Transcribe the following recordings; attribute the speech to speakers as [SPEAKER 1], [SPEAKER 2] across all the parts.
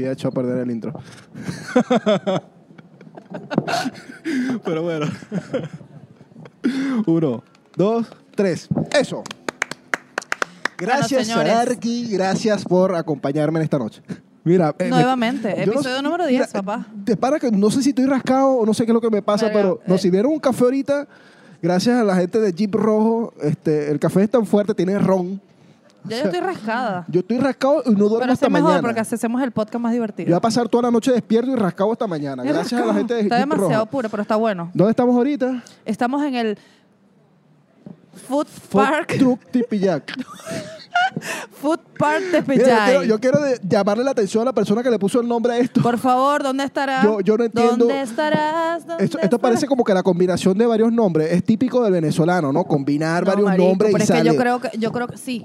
[SPEAKER 1] había hecho a perder el intro. Pero bueno. Uno, dos, tres. Eso. Gracias,
[SPEAKER 2] Bueno, señores.
[SPEAKER 1] Sararki. Gracias por acompañarme en esta noche. Mira, eh, me-
[SPEAKER 2] Nuevamente,
[SPEAKER 1] yo no-
[SPEAKER 2] episodio número 10,
[SPEAKER 1] mira,
[SPEAKER 2] papá.
[SPEAKER 1] Te para que no sé si estoy rascado o no sé qué es lo que me pasa,
[SPEAKER 2] Verga,
[SPEAKER 1] pero nos
[SPEAKER 2] eh.
[SPEAKER 1] sirvieron un café ahorita. Gracias a la gente de Jeep Rojo. Este, el café es tan fuerte, tiene ron.
[SPEAKER 2] Ya yo estoy rascada.
[SPEAKER 1] Yo estoy rascado y no duermo
[SPEAKER 2] Pero
[SPEAKER 1] hasta
[SPEAKER 2] estoy mejor
[SPEAKER 1] mañana.
[SPEAKER 2] porque así hacemos el podcast
[SPEAKER 1] Yo
[SPEAKER 2] más
[SPEAKER 1] voy
[SPEAKER 2] divertido.
[SPEAKER 1] a pasar toda la noche despierto y rascado hasta mañana.
[SPEAKER 2] Es
[SPEAKER 1] Gracias a la
[SPEAKER 2] rascado.
[SPEAKER 1] gente de
[SPEAKER 2] Está
[SPEAKER 1] Jeep
[SPEAKER 2] demasiado
[SPEAKER 1] Rojo.
[SPEAKER 2] puro, pero está bueno.
[SPEAKER 1] ¿Dónde estamos ahorita?
[SPEAKER 2] Estamos en el Food
[SPEAKER 1] Food
[SPEAKER 2] Park,
[SPEAKER 1] Truck Tipillac.
[SPEAKER 2] Food Park de
[SPEAKER 1] Mira, yo quiero,
[SPEAKER 2] Pillay.
[SPEAKER 1] yo quiero de- llamarle la atención a la persona que le puso el nombre a esto.
[SPEAKER 2] Por favor, ¿dónde estarás?
[SPEAKER 1] Yo- yo no entiendo.
[SPEAKER 2] ¿Dónde estarás? ¿Dónde
[SPEAKER 1] Esto, esto parece
[SPEAKER 2] estarás?
[SPEAKER 1] como que la combinación de varios nombres es típico del venezolano, ¿no? Combinar
[SPEAKER 2] No,
[SPEAKER 1] varios
[SPEAKER 2] marico,
[SPEAKER 1] nombres y
[SPEAKER 2] pero es que
[SPEAKER 1] sale.
[SPEAKER 2] yo creo que, yo creo que sí.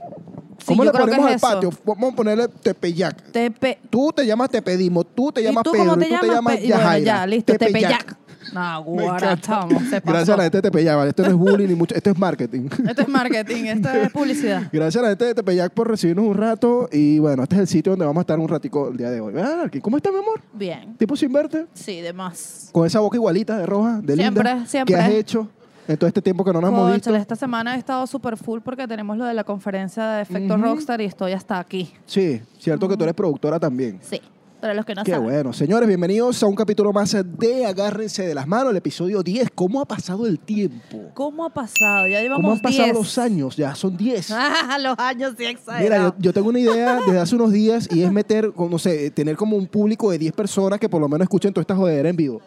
[SPEAKER 2] Sí,
[SPEAKER 1] ¿Cómo le
[SPEAKER 2] yo creo que
[SPEAKER 1] ponemos al
[SPEAKER 2] es eso.
[SPEAKER 1] patio? Vamos a ponerle Tepeyac.
[SPEAKER 2] Tepe-
[SPEAKER 1] Tú te llamas Te pedimos, tú te
[SPEAKER 2] ¿Y
[SPEAKER 1] llamas
[SPEAKER 2] tú
[SPEAKER 1] Pedro,
[SPEAKER 2] cómo
[SPEAKER 1] y
[SPEAKER 2] te
[SPEAKER 1] tú te
[SPEAKER 2] llamas?
[SPEAKER 1] llamas
[SPEAKER 2] Pe- y bueno,
[SPEAKER 1] Yajaira.
[SPEAKER 2] ya, listo,
[SPEAKER 1] Tepeyac.
[SPEAKER 2] Tepeyac. No,
[SPEAKER 1] Me
[SPEAKER 2] guara,
[SPEAKER 1] encanta.
[SPEAKER 2] chamo, se
[SPEAKER 1] Gracias
[SPEAKER 2] pasó.
[SPEAKER 1] a la gente de Tepeyac. vale, Esto no es bullying ni mucho. Esto es marketing.
[SPEAKER 2] Esto es marketing, esto es publicidad.
[SPEAKER 1] Gracias a la gente de Tepeyac por recibirnos un rato. Y bueno, este es el sitio donde vamos a estar un ratico el día de hoy. Ah, Arqui, ¿Cómo estás, mi amor?
[SPEAKER 2] Bien.
[SPEAKER 1] Tipo sin verte.
[SPEAKER 2] Sí, de más.
[SPEAKER 1] Con esa boca igualita de roja, de
[SPEAKER 2] Siempre,
[SPEAKER 1] linda.
[SPEAKER 2] siempre.
[SPEAKER 1] ¿Qué has hecho en todo este tiempo que no nos hemos visto?
[SPEAKER 2] Cónchale, esta semana he estado súper full porque tenemos lo de la conferencia de Efecto Rockstar y estoy hasta aquí.
[SPEAKER 1] Sí, cierto que tú eres productora también.
[SPEAKER 2] Sí. Para los que no
[SPEAKER 1] Qué
[SPEAKER 2] saben.
[SPEAKER 1] bueno. Señores, bienvenidos a un capítulo más de Agárrense de las Manos, el episodio 10. ¿Cómo ha pasado el tiempo?
[SPEAKER 2] ¿Cómo ha pasado? Ya llevamos
[SPEAKER 1] ¿Cómo han pasado
[SPEAKER 2] 10.
[SPEAKER 1] los años? Ya son 10.
[SPEAKER 2] Ah, los años sí
[SPEAKER 1] Mira, yo,
[SPEAKER 2] exagerado.
[SPEAKER 1] yo tengo una idea desde hace unos días y es meter, como, no sé, eh, tener como un público de 10 personas que por lo menos escuchen toda esta jodedera en vivo.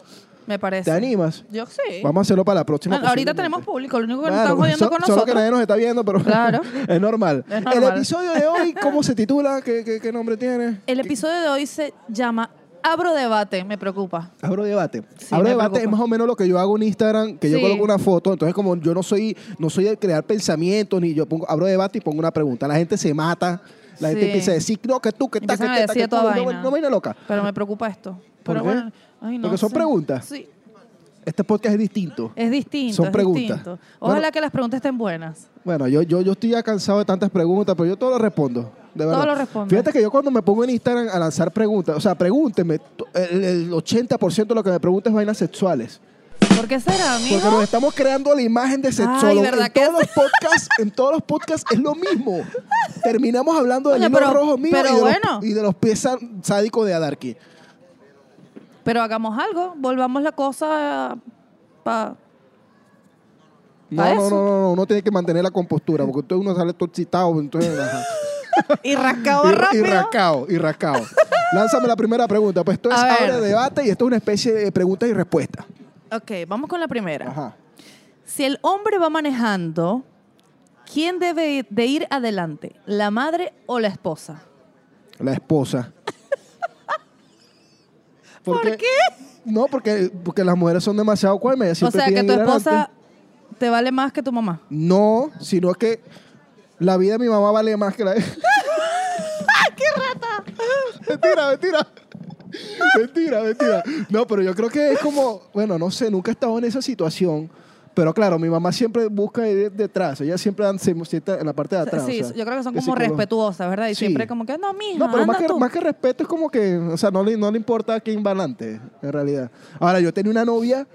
[SPEAKER 2] Me
[SPEAKER 1] ¿Te
[SPEAKER 2] parece.
[SPEAKER 1] animas?
[SPEAKER 2] Yo sí.
[SPEAKER 1] Vamos a hacerlo para la próxima.
[SPEAKER 2] Ah, ahorita
[SPEAKER 1] posiblemente.
[SPEAKER 2] tenemos público, lo único que nos
[SPEAKER 1] Claro,
[SPEAKER 2] están jodiendo
[SPEAKER 1] so-
[SPEAKER 2] con
[SPEAKER 1] Solo que
[SPEAKER 2] nosotros.
[SPEAKER 1] nadie nos está viendo, pero
[SPEAKER 2] Claro.
[SPEAKER 1] es, normal.
[SPEAKER 2] Es normal.
[SPEAKER 1] El episodio de hoy, ¿cómo se titula? ¿Qué, qué- qué nombre tiene?
[SPEAKER 2] El episodio de hoy se llama Abro debate, me preocupa.
[SPEAKER 1] Abro debate.
[SPEAKER 2] Sí,
[SPEAKER 1] Abro
[SPEAKER 2] me
[SPEAKER 1] debate
[SPEAKER 2] preocupa.
[SPEAKER 1] es más o menos lo que yo hago en Instagram, que yo
[SPEAKER 2] Sí.
[SPEAKER 1] coloco una foto. Entonces, como yo no soy, no soy de crear pensamientos, ni yo pongo, abro debate y pongo una pregunta. La gente se mata. La gente
[SPEAKER 2] Sí.
[SPEAKER 1] empieza a decir, no, que tú, que estás, que
[SPEAKER 2] Empiezan a
[SPEAKER 1] estás,
[SPEAKER 2] decir
[SPEAKER 1] que
[SPEAKER 2] toda
[SPEAKER 1] tú, no,
[SPEAKER 2] vaina.
[SPEAKER 1] no, vaina loca.
[SPEAKER 2] Pero me preocupa esto.
[SPEAKER 1] ¿Por
[SPEAKER 2] Pero
[SPEAKER 1] qué?
[SPEAKER 2] bueno, ay, no
[SPEAKER 1] Porque son
[SPEAKER 2] sé.
[SPEAKER 1] preguntas.
[SPEAKER 2] Sí,
[SPEAKER 1] Este podcast es distinto.
[SPEAKER 2] es distinto.
[SPEAKER 1] Son
[SPEAKER 2] es
[SPEAKER 1] preguntas.
[SPEAKER 2] distinto. Ojalá
[SPEAKER 1] Bueno.
[SPEAKER 2] que las preguntas estén buenas.
[SPEAKER 1] Bueno, yo, yo, yo estoy ya cansado de tantas preguntas, pero yo todo lo respondo. De
[SPEAKER 2] Todo
[SPEAKER 1] verdad.
[SPEAKER 2] lo responde.
[SPEAKER 1] Fíjate que yo cuando me pongo en Instagram a lanzar preguntas, o sea, pregúnteme, to- el, el 80% de lo que me preguntas es vainas sexuales.
[SPEAKER 2] ¿Por qué será, amigo?
[SPEAKER 1] Porque nos estamos creando la imagen de sexólogo.
[SPEAKER 2] ¿verdad
[SPEAKER 1] en,
[SPEAKER 2] que
[SPEAKER 1] todos los podcasts, en todos los podcasts es lo mismo. Terminamos hablando del
[SPEAKER 2] Oye,
[SPEAKER 1] hilo
[SPEAKER 2] pero-
[SPEAKER 1] rojo mío
[SPEAKER 2] pero
[SPEAKER 1] y, de
[SPEAKER 2] bueno.
[SPEAKER 1] los, y de los pies sa- sádicos de Adarki.
[SPEAKER 2] Pero hagamos algo, volvamos la cosa para...
[SPEAKER 1] No,
[SPEAKER 2] ¿Pa
[SPEAKER 1] no, no,
[SPEAKER 2] eso?
[SPEAKER 1] no, no, uno tiene que mantener la compostura porque entonces uno sale todo excitado. Entonces, ajá.
[SPEAKER 2] Y rascado
[SPEAKER 1] y,
[SPEAKER 2] rápido.
[SPEAKER 1] y rascado, y rascado. Lánzame la primera pregunta. Pues esto es
[SPEAKER 2] A ver.
[SPEAKER 1] abre debate y esto es una especie de preguntas y respuestas.
[SPEAKER 2] Ok, vamos con la primera.
[SPEAKER 1] Ajá.
[SPEAKER 2] Si el hombre va manejando, ¿quién debe ir- de ir adelante? ¿La madre o la esposa?
[SPEAKER 1] La esposa. Porque-
[SPEAKER 2] ¿Por qué?
[SPEAKER 1] No, porque, porque las mujeres son demasiado cuermes.
[SPEAKER 2] o
[SPEAKER 1] siempre
[SPEAKER 2] sea, que
[SPEAKER 1] quieren
[SPEAKER 2] tu
[SPEAKER 1] ir adelante.
[SPEAKER 2] esposa te vale más que tu mamá.
[SPEAKER 1] No, sino que la vida de mi mamá vale más que la de.
[SPEAKER 2] ¡Ah,
[SPEAKER 1] ¡Qué rata! mentira, mentira. mentira, mentira. No, pero yo creo que es como, bueno, no sé, nunca he estado en esa situación. Pero claro, mi mamá siempre busca ir detrás. Ella siempre dan- se sienta en la parte de atrás.
[SPEAKER 2] sí,
[SPEAKER 1] o sea,
[SPEAKER 2] yo creo que son
[SPEAKER 1] que
[SPEAKER 2] como
[SPEAKER 1] sí, como-
[SPEAKER 2] respetuosas, ¿verdad? Y
[SPEAKER 1] Sí.
[SPEAKER 2] siempre como que, no, mija,
[SPEAKER 1] No, pero más
[SPEAKER 2] anda
[SPEAKER 1] que,
[SPEAKER 2] tú".
[SPEAKER 1] más que respeto es como que, o sea, no le, no le importa quién va adelante, en realidad. Ahora, yo tenía una novia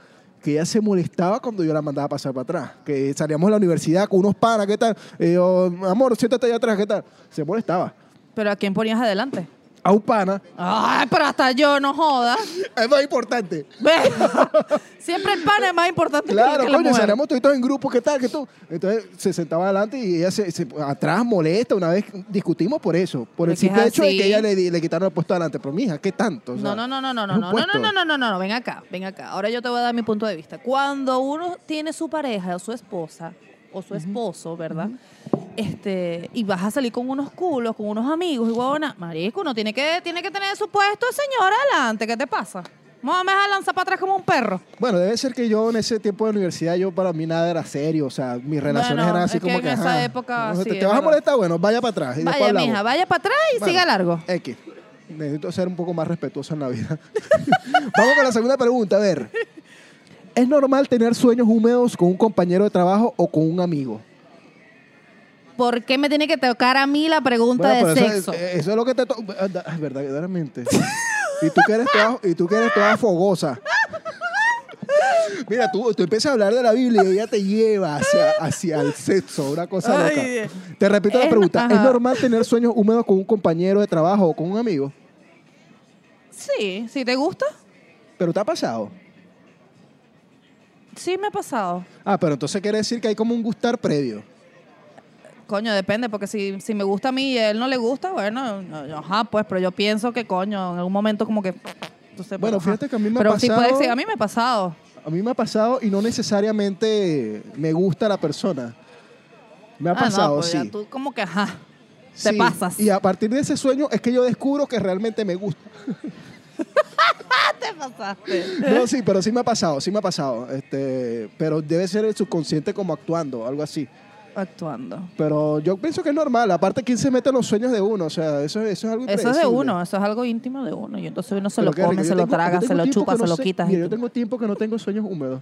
[SPEAKER 1] que ella se molestaba cuando yo la mandaba a pasar para atrás. Que salíamos de la universidad con unos panas, ¿qué tal? Y yo, amor, siéntate allá atrás, ¿qué tal? Se molestaba.
[SPEAKER 2] Pero ¿a quién ponías adelante?
[SPEAKER 1] A un pana,
[SPEAKER 2] Ay, pero hasta yo, no jodas.
[SPEAKER 1] es más importante.
[SPEAKER 2] Ve. siempre el pan es más importante que-
[SPEAKER 1] Claro,
[SPEAKER 2] que, la
[SPEAKER 1] coño,
[SPEAKER 2] mujer.
[SPEAKER 1] salíamos todos en grupo, ¿qué tal? ¿Qué tú? Entonces se sentaba adelante y ella se, se- atrás molesta. Una vez discutimos por eso, por el
[SPEAKER 2] Porque es
[SPEAKER 1] simple hecho de
[SPEAKER 2] así.
[SPEAKER 1] que ella le, di- le quitaron el puesto adelante. Pero, mija, ¿qué tanto? O sea,
[SPEAKER 2] No, no, no, no, no,
[SPEAKER 1] es
[SPEAKER 2] no,
[SPEAKER 1] un
[SPEAKER 2] no, no,
[SPEAKER 1] puesto.
[SPEAKER 2] no, no, no, no, no, ven acá, ven acá. Ahora yo te voy a dar mi punto de vista. Cuando uno tiene su pareja o su esposa o su esposo, ¿verdad? Este, y vas a salir con unos culos, con unos amigos y huevona, marico, uno tiene que, tiene que tener su puesto, señora, adelante, ¿qué te pasa? Vamos a lanzar para atrás como un perro.
[SPEAKER 1] Bueno, debe ser que yo en ese tiempo de universidad, yo para mí nada era serio. O sea, mis relaciones
[SPEAKER 2] Bueno,
[SPEAKER 1] eran así
[SPEAKER 2] es que
[SPEAKER 1] como
[SPEAKER 2] en
[SPEAKER 1] que.
[SPEAKER 2] esa
[SPEAKER 1] ajá,
[SPEAKER 2] época,
[SPEAKER 1] no sé,
[SPEAKER 2] sí,
[SPEAKER 1] ¿Te,
[SPEAKER 2] es
[SPEAKER 1] te vas a
[SPEAKER 2] verdad.
[SPEAKER 1] molestar? Bueno, vaya para atrás. Y después
[SPEAKER 2] Vaya,
[SPEAKER 1] hablamos.
[SPEAKER 2] mija, vaya para atrás y
[SPEAKER 1] Bueno,
[SPEAKER 2] siga largo.
[SPEAKER 1] X. Necesito ser un poco más respetuoso en la vida. Vamos con la segunda pregunta, a ver. ¿Es normal tener sueños húmedos con un compañero de trabajo o con un amigo?
[SPEAKER 2] ¿por qué me tiene que tocar a mí la pregunta
[SPEAKER 1] Bueno,
[SPEAKER 2] de
[SPEAKER 1] pero eso,
[SPEAKER 2] sexo?
[SPEAKER 1] es- eh, eso es lo que te to- Ah, da- ah, Verdaderamente. y tú que eres toda, y tú que eres toda fogosa. Mira, tú, tú empiezas a hablar de la Biblia y ella te lleva hacia, hacia el sexo, una cosa
[SPEAKER 2] Ay,
[SPEAKER 1] loca.
[SPEAKER 2] Dios.
[SPEAKER 1] Te repito la
[SPEAKER 2] Es-
[SPEAKER 1] pregunta, ¿es
[SPEAKER 2] ajá.
[SPEAKER 1] normal tener sueños húmedos con un compañero de trabajo o con un amigo?
[SPEAKER 2] Sí, si te gusta,
[SPEAKER 1] ¿Pero te ha pasado?
[SPEAKER 2] sí me ha pasado.
[SPEAKER 1] Ah, pero entonces quiere decir que hay como un gustar previo.
[SPEAKER 2] Coño, depende, porque si, si me gusta a mí y a él no le gusta, bueno, no, no, ajá, pues, pero yo pienso que, coño, en algún momento como que... entonces,
[SPEAKER 1] Bueno,
[SPEAKER 2] pero, ajá.
[SPEAKER 1] fíjate que a mí me ha
[SPEAKER 2] Pero sí
[SPEAKER 1] pasado-
[SPEAKER 2] puede ser, a mí me ha pasado.
[SPEAKER 1] A mí me ha pasado y no necesariamente me gusta la persona. Me ha
[SPEAKER 2] Ah, no,
[SPEAKER 1] pasado,
[SPEAKER 2] pues, ya
[SPEAKER 1] sí.
[SPEAKER 2] tú como que, ajá, te
[SPEAKER 1] Sí,
[SPEAKER 2] pasas.
[SPEAKER 1] Y a partir de ese sueño es que yo descubro que realmente me gusta.
[SPEAKER 2] te pasaste.
[SPEAKER 1] No, sí, pero sí me ha pasado, sí me ha pasado. Este, pero debe ser el subconsciente como actuando, algo así.
[SPEAKER 2] Actuando.
[SPEAKER 1] Pero yo pienso que es normal. Aparte, ¿quién se mete en los sueños de uno? O sea, eso, eso es algo
[SPEAKER 2] Eso es de
[SPEAKER 1] impredecible.
[SPEAKER 2] uno, eso es algo íntimo de uno. Y entonces uno se
[SPEAKER 1] Pero
[SPEAKER 2] lo
[SPEAKER 1] qué rico.
[SPEAKER 2] come,
[SPEAKER 1] Yo
[SPEAKER 2] se lo
[SPEAKER 1] tengo- yo
[SPEAKER 2] traga,
[SPEAKER 1] tengo
[SPEAKER 2] se lo
[SPEAKER 1] tiempo
[SPEAKER 2] chupa,
[SPEAKER 1] que no
[SPEAKER 2] se lo
[SPEAKER 1] sé-
[SPEAKER 2] quitas. y
[SPEAKER 1] Mira, yo
[SPEAKER 2] tú-
[SPEAKER 1] tengo tiempo que no tengo sueños húmedos.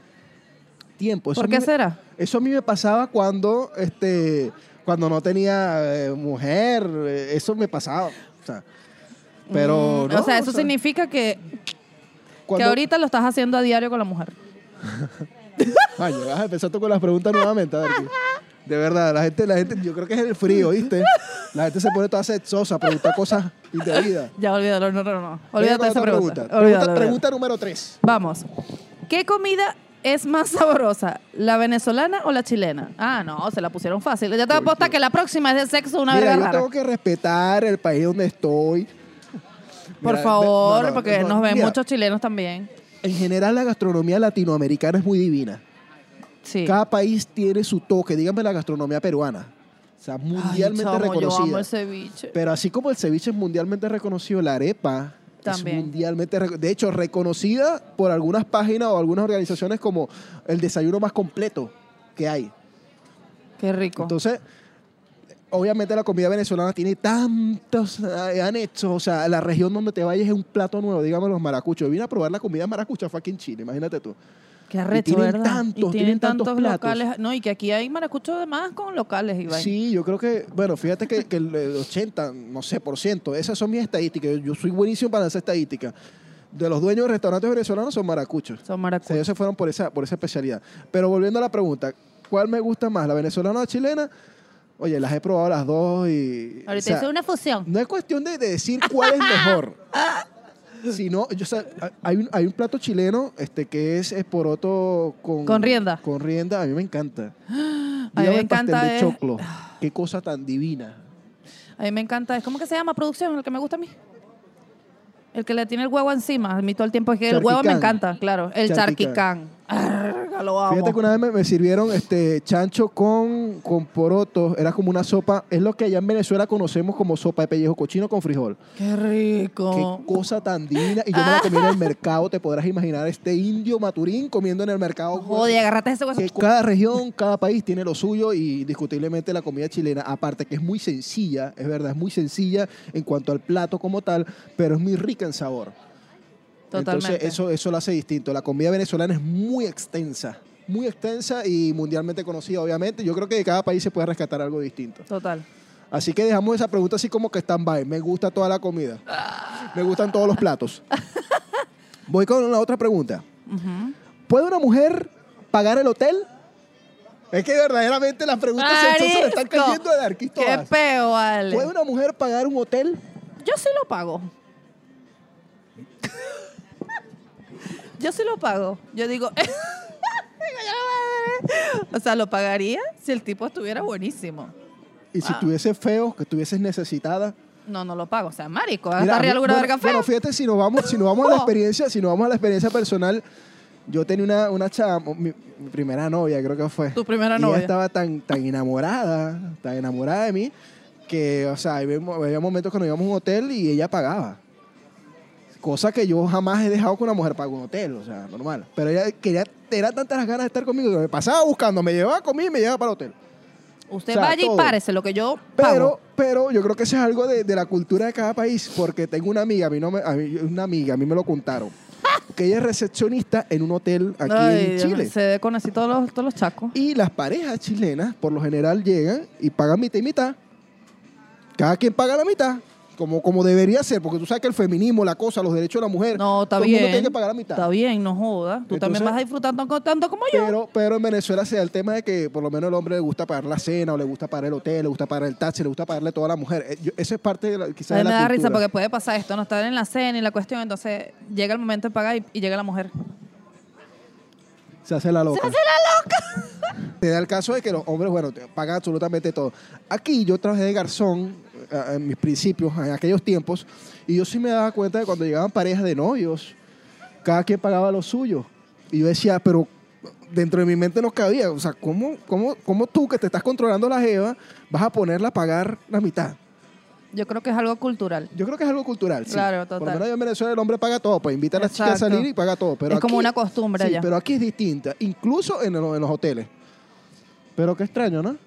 [SPEAKER 1] Tiempo. eso
[SPEAKER 2] ¿Por
[SPEAKER 1] a
[SPEAKER 2] qué
[SPEAKER 1] mí me-
[SPEAKER 2] será?
[SPEAKER 1] Eso a mí me pasaba cuando, este, cuando no tenía eh, mujer. eh, Eso me pasaba. O sea, pero
[SPEAKER 2] Mm,
[SPEAKER 1] no,
[SPEAKER 2] o sea, eso significa que, que ahorita lo estás haciendo a diario con la mujer.
[SPEAKER 1] Ay, vas a empezar tú con las preguntas nuevamente. a ver, tío. de verdad, la gente, la gente, yo creo que es el frío, ¿viste? La gente se pone toda sexosa, pregunta cosas indebidas.
[SPEAKER 2] Ya, olvídalo, no, no, no.
[SPEAKER 1] Venga
[SPEAKER 2] Olvídate
[SPEAKER 1] con
[SPEAKER 2] de esa
[SPEAKER 1] otra
[SPEAKER 2] pregunta.
[SPEAKER 1] Pregunta, Pregunta-
[SPEAKER 2] Olvídalo, olvídalo.
[SPEAKER 1] pregunta número 3.
[SPEAKER 2] Vamos. ¿Qué comida es más sabrosa, la venezolana o la chilena? Ah, no, se la pusieron fácil. Ya te aposta que la próxima es de sexo, una
[SPEAKER 1] Mira,
[SPEAKER 2] verga
[SPEAKER 1] yo
[SPEAKER 2] rara.
[SPEAKER 1] tengo que respetar el país donde estoy.
[SPEAKER 2] Por
[SPEAKER 1] Mira,
[SPEAKER 2] favor,
[SPEAKER 1] no, no,
[SPEAKER 2] porque
[SPEAKER 1] no,
[SPEAKER 2] nos ven
[SPEAKER 1] mira,
[SPEAKER 2] muchos chilenos también.
[SPEAKER 1] En general, la gastronomía latinoamericana es muy divina.
[SPEAKER 2] Sí.
[SPEAKER 1] Cada país tiene su toque. Dígame la gastronomía peruana. O sea,
[SPEAKER 2] Ay,
[SPEAKER 1] mundialmente
[SPEAKER 2] chamo,
[SPEAKER 1] reconocida.
[SPEAKER 2] Yo amo el ceviche.
[SPEAKER 1] Pero así como el ceviche es mundialmente reconocido, la arepa
[SPEAKER 2] También.
[SPEAKER 1] es mundialmente reco- De hecho, reconocida por algunas páginas o algunas organizaciones como el desayuno más completo que hay.
[SPEAKER 2] Qué rico.
[SPEAKER 1] Entonces, obviamente la comida venezolana tiene tantos eh, anexos. O sea, la región donde te vayas es un plato nuevo. Digamos los maracuchos. Yo vine a probar la comida maracucha fue aquí en Chile, imagínate tú.
[SPEAKER 2] Qué arrecho,
[SPEAKER 1] tienen
[SPEAKER 2] ¿verdad?
[SPEAKER 1] tantos,
[SPEAKER 2] y tienen,
[SPEAKER 1] tienen tantos
[SPEAKER 2] tantos,
[SPEAKER 1] platos.
[SPEAKER 2] locales. No, y que aquí hay maracuchos de más con locales, Iván.
[SPEAKER 1] Sí, yo creo que, bueno, fíjate que, que el el 80, no sé, por ciento, esas son mis estadísticas. Yo, yo soy buenísimo para hacer estadísticas. De los dueños de restaurantes venezolanos son maracuchos.
[SPEAKER 2] Son
[SPEAKER 1] O sea,
[SPEAKER 2] maracuchos.
[SPEAKER 1] ellos se fueron por esa, por esa especialidad. Pero volviendo a la pregunta, ¿cuál me gusta más, la venezolana o la chilena? Oye, las he probado las dos y...
[SPEAKER 2] Ahorita
[SPEAKER 1] o sea,
[SPEAKER 2] hice una fusión.
[SPEAKER 1] No es cuestión de, de decir cuál es mejor. sino, yo, o sea, hay un, hay un plato chileno este, que es, eh, poroto con...
[SPEAKER 2] Con rienda.
[SPEAKER 1] Con rienda, a mí me encanta.
[SPEAKER 2] A mí
[SPEAKER 1] Dígame
[SPEAKER 2] me
[SPEAKER 1] el pastel
[SPEAKER 2] encanta. eh.
[SPEAKER 1] de
[SPEAKER 2] es-
[SPEAKER 1] choclo. Qué cosa tan divina.
[SPEAKER 2] a mí me encanta. Es como que se llama producción, el que me gusta a mí. El que le tiene el huevo encima. A mí todo el tiempo es que el huevo me
[SPEAKER 1] Charquicán.
[SPEAKER 2] encanta, claro. El
[SPEAKER 1] Charquicán.
[SPEAKER 2] charquicán. Arga, lo amo.
[SPEAKER 1] Fíjate que una vez me, me sirvieron este chancho con, con porotos. Era como una sopa. Es lo que allá en Venezuela conocemos como sopa de pellejo cochino con frijol.
[SPEAKER 2] Qué rico.
[SPEAKER 1] Qué cosa tan divina. Y yo me la comí en el mercado. Te podrás imaginar este indio maturín comiendo en el mercado.
[SPEAKER 2] Joder, agarraste ese hueso.
[SPEAKER 1] que cada región, cada país tiene lo suyo y discutiblemente la comida chilena, aparte que es muy sencilla, es verdad, es muy sencilla en cuanto al plato como tal, pero es muy rica en sabor.
[SPEAKER 2] Totalmente.
[SPEAKER 1] Entonces eso, eso lo hace distinto. La comida venezolana es muy extensa, muy extensa y mundialmente conocida, obviamente. Yo creo que de cada país se puede rescatar algo distinto.
[SPEAKER 2] Total.
[SPEAKER 1] Así que dejamos esa pregunta así como que stand-by. Me gusta toda la comida. Me gustan todos los platos. Voy con la otra pregunta.
[SPEAKER 2] Ujú.
[SPEAKER 1] ¿Puede una mujer pagar el hotel? Es que verdaderamente las preguntas sexosas se le están
[SPEAKER 2] Marisco.
[SPEAKER 1] cayendo de aquí
[SPEAKER 2] Qué
[SPEAKER 1] todas.
[SPEAKER 2] peo, vale.
[SPEAKER 1] ¿Puede una mujer pagar un hotel?
[SPEAKER 2] Yo sí lo pago. Yo sí lo pago. Yo digo, "Digo, ya lo pagaré". o sea, lo pagaría si el tipo estuviera buenísimo.
[SPEAKER 1] Y si
[SPEAKER 2] Ah.
[SPEAKER 1] tuviese feo, que estuvieses necesitada.
[SPEAKER 2] No, no lo pago. O sea, marico,
[SPEAKER 1] Mira,
[SPEAKER 2] hasta real alguna
[SPEAKER 1] bueno,
[SPEAKER 2] verga fea.
[SPEAKER 1] Bueno, fíjate, si nos vamos, si nos vamos a la
[SPEAKER 2] No.
[SPEAKER 1] experiencia, si nos vamos a la experiencia personal, yo tenía una, una chava, mi, mi primera novia, creo que fue.
[SPEAKER 2] Tu primera
[SPEAKER 1] Y
[SPEAKER 2] novia.
[SPEAKER 1] Ella estaba tan, tan enamorada, tan enamorada de mí, que, o sea, había mo- había momentos que nos íbamos a un hotel y ella pagaba. Cosa que yo jamás he dejado que una mujer pague un hotel, o sea, normal. Pero ella quería, era tantas las ganas de estar conmigo que me pasaba buscando, me llevaba conmigo y me llevaba para el hotel.
[SPEAKER 2] Usted
[SPEAKER 1] o sea,
[SPEAKER 2] vaya
[SPEAKER 1] todo.
[SPEAKER 2] y párese lo que yo
[SPEAKER 1] Pero,
[SPEAKER 2] pago.
[SPEAKER 1] pero yo creo que eso es algo de, de la cultura de cada país, porque tengo una amiga, a mí no me- a mí- una amiga, a mí me lo contaron. que ella es recepcionista en un hotel aquí
[SPEAKER 2] Ay,
[SPEAKER 1] en
[SPEAKER 2] Dios mío,
[SPEAKER 1] Chile.
[SPEAKER 2] Se conocí todos los, todos los chacos.
[SPEAKER 1] Y las parejas chilenas, por lo general, llegan y pagan mitad y mitad. Cada quien paga la mitad, como, como debería ser, porque tú sabes que el feminismo, la cosa, los derechos de la mujer,
[SPEAKER 2] No, está
[SPEAKER 1] todo
[SPEAKER 2] bien.
[SPEAKER 1] el mundo tiene que pagar la mitad.
[SPEAKER 2] Está bien, no jodas. Tú también
[SPEAKER 1] Entonces-
[SPEAKER 2] vas a disfrutar tanto, tanto como yo.
[SPEAKER 1] Pero, pero en Venezuela se da el tema de que por lo menos el hombre le gusta pagar la cena, o le gusta pagar el hotel, le gusta pagar el taxi, le gusta pagarle toda la mujer. Eh, yo- eso es parte de la, quizás
[SPEAKER 2] A mí
[SPEAKER 1] de
[SPEAKER 2] me
[SPEAKER 1] la
[SPEAKER 2] da risa
[SPEAKER 1] cultura.
[SPEAKER 2] porque puede pasar esto, no estar en la cena y la cuestión, entonces llega el momento de pagar y, y llega la mujer.
[SPEAKER 1] Se hace la loca. Se hace la loca. Te da el caso de que los hombres, bueno, te pagan absolutamente todo. Aquí yo trabajé de garzón eh, en mis principios, en aquellos tiempos, y yo sí me daba cuenta de cuando llegaban parejas de novios, cada quien pagaba lo suyo. Y yo decía, pero dentro de mi mente no cabía. O sea, ¿cómo, cómo, cómo tú que te estás controlando la jeva vas a ponerla a pagar la mitad?
[SPEAKER 2] Yo creo que es algo cultural.
[SPEAKER 1] Yo creo que es algo cultural. sí.
[SPEAKER 2] Claro,
[SPEAKER 1] Por lo
[SPEAKER 2] total.
[SPEAKER 1] menos allá en Venezuela el hombre paga todo, pues invita a las chicas a
[SPEAKER 2] Exacto.
[SPEAKER 1] salir y paga todo. Pero
[SPEAKER 2] es como
[SPEAKER 1] aquí-
[SPEAKER 2] una costumbre
[SPEAKER 1] Sí,
[SPEAKER 2] ya.
[SPEAKER 1] pero aquí es distinta, incluso en, lo- en los hoteles. Pero qué extraño, ¿no?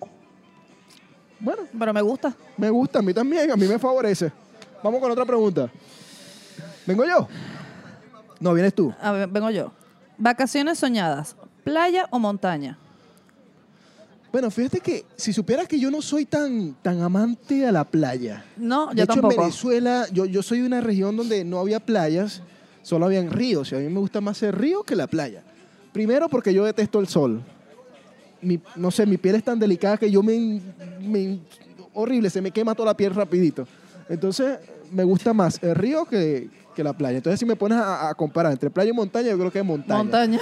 [SPEAKER 1] Bueno,
[SPEAKER 2] Pero me gusta.
[SPEAKER 1] me gusta, a mí también, a mí me favorece. Vamos con otra pregunta. ¿Vengo yo? No, vienes tú.
[SPEAKER 2] A ver, vengo yo. Vacaciones soñadas, playa o montaña.
[SPEAKER 1] Bueno, fíjate que si supieras que yo no soy tan, tan amante a la playa.
[SPEAKER 2] No,
[SPEAKER 1] De
[SPEAKER 2] yo
[SPEAKER 1] hecho, en
[SPEAKER 2] tampoco.
[SPEAKER 1] Venezuela, yo, yo soy de una región donde no había playas, solo habían ríos. Y a mí me gusta más el río que la playa. Primero porque yo detesto el sol. Mi- no sé, mi piel es tan delicada que yo me, me- Horrible, se me quema toda la piel rapidito. Entonces, me gusta más el río que, que la playa. Entonces, si me pones a, a comparar entre playa y montaña, yo creo que es montaña.
[SPEAKER 2] montaña.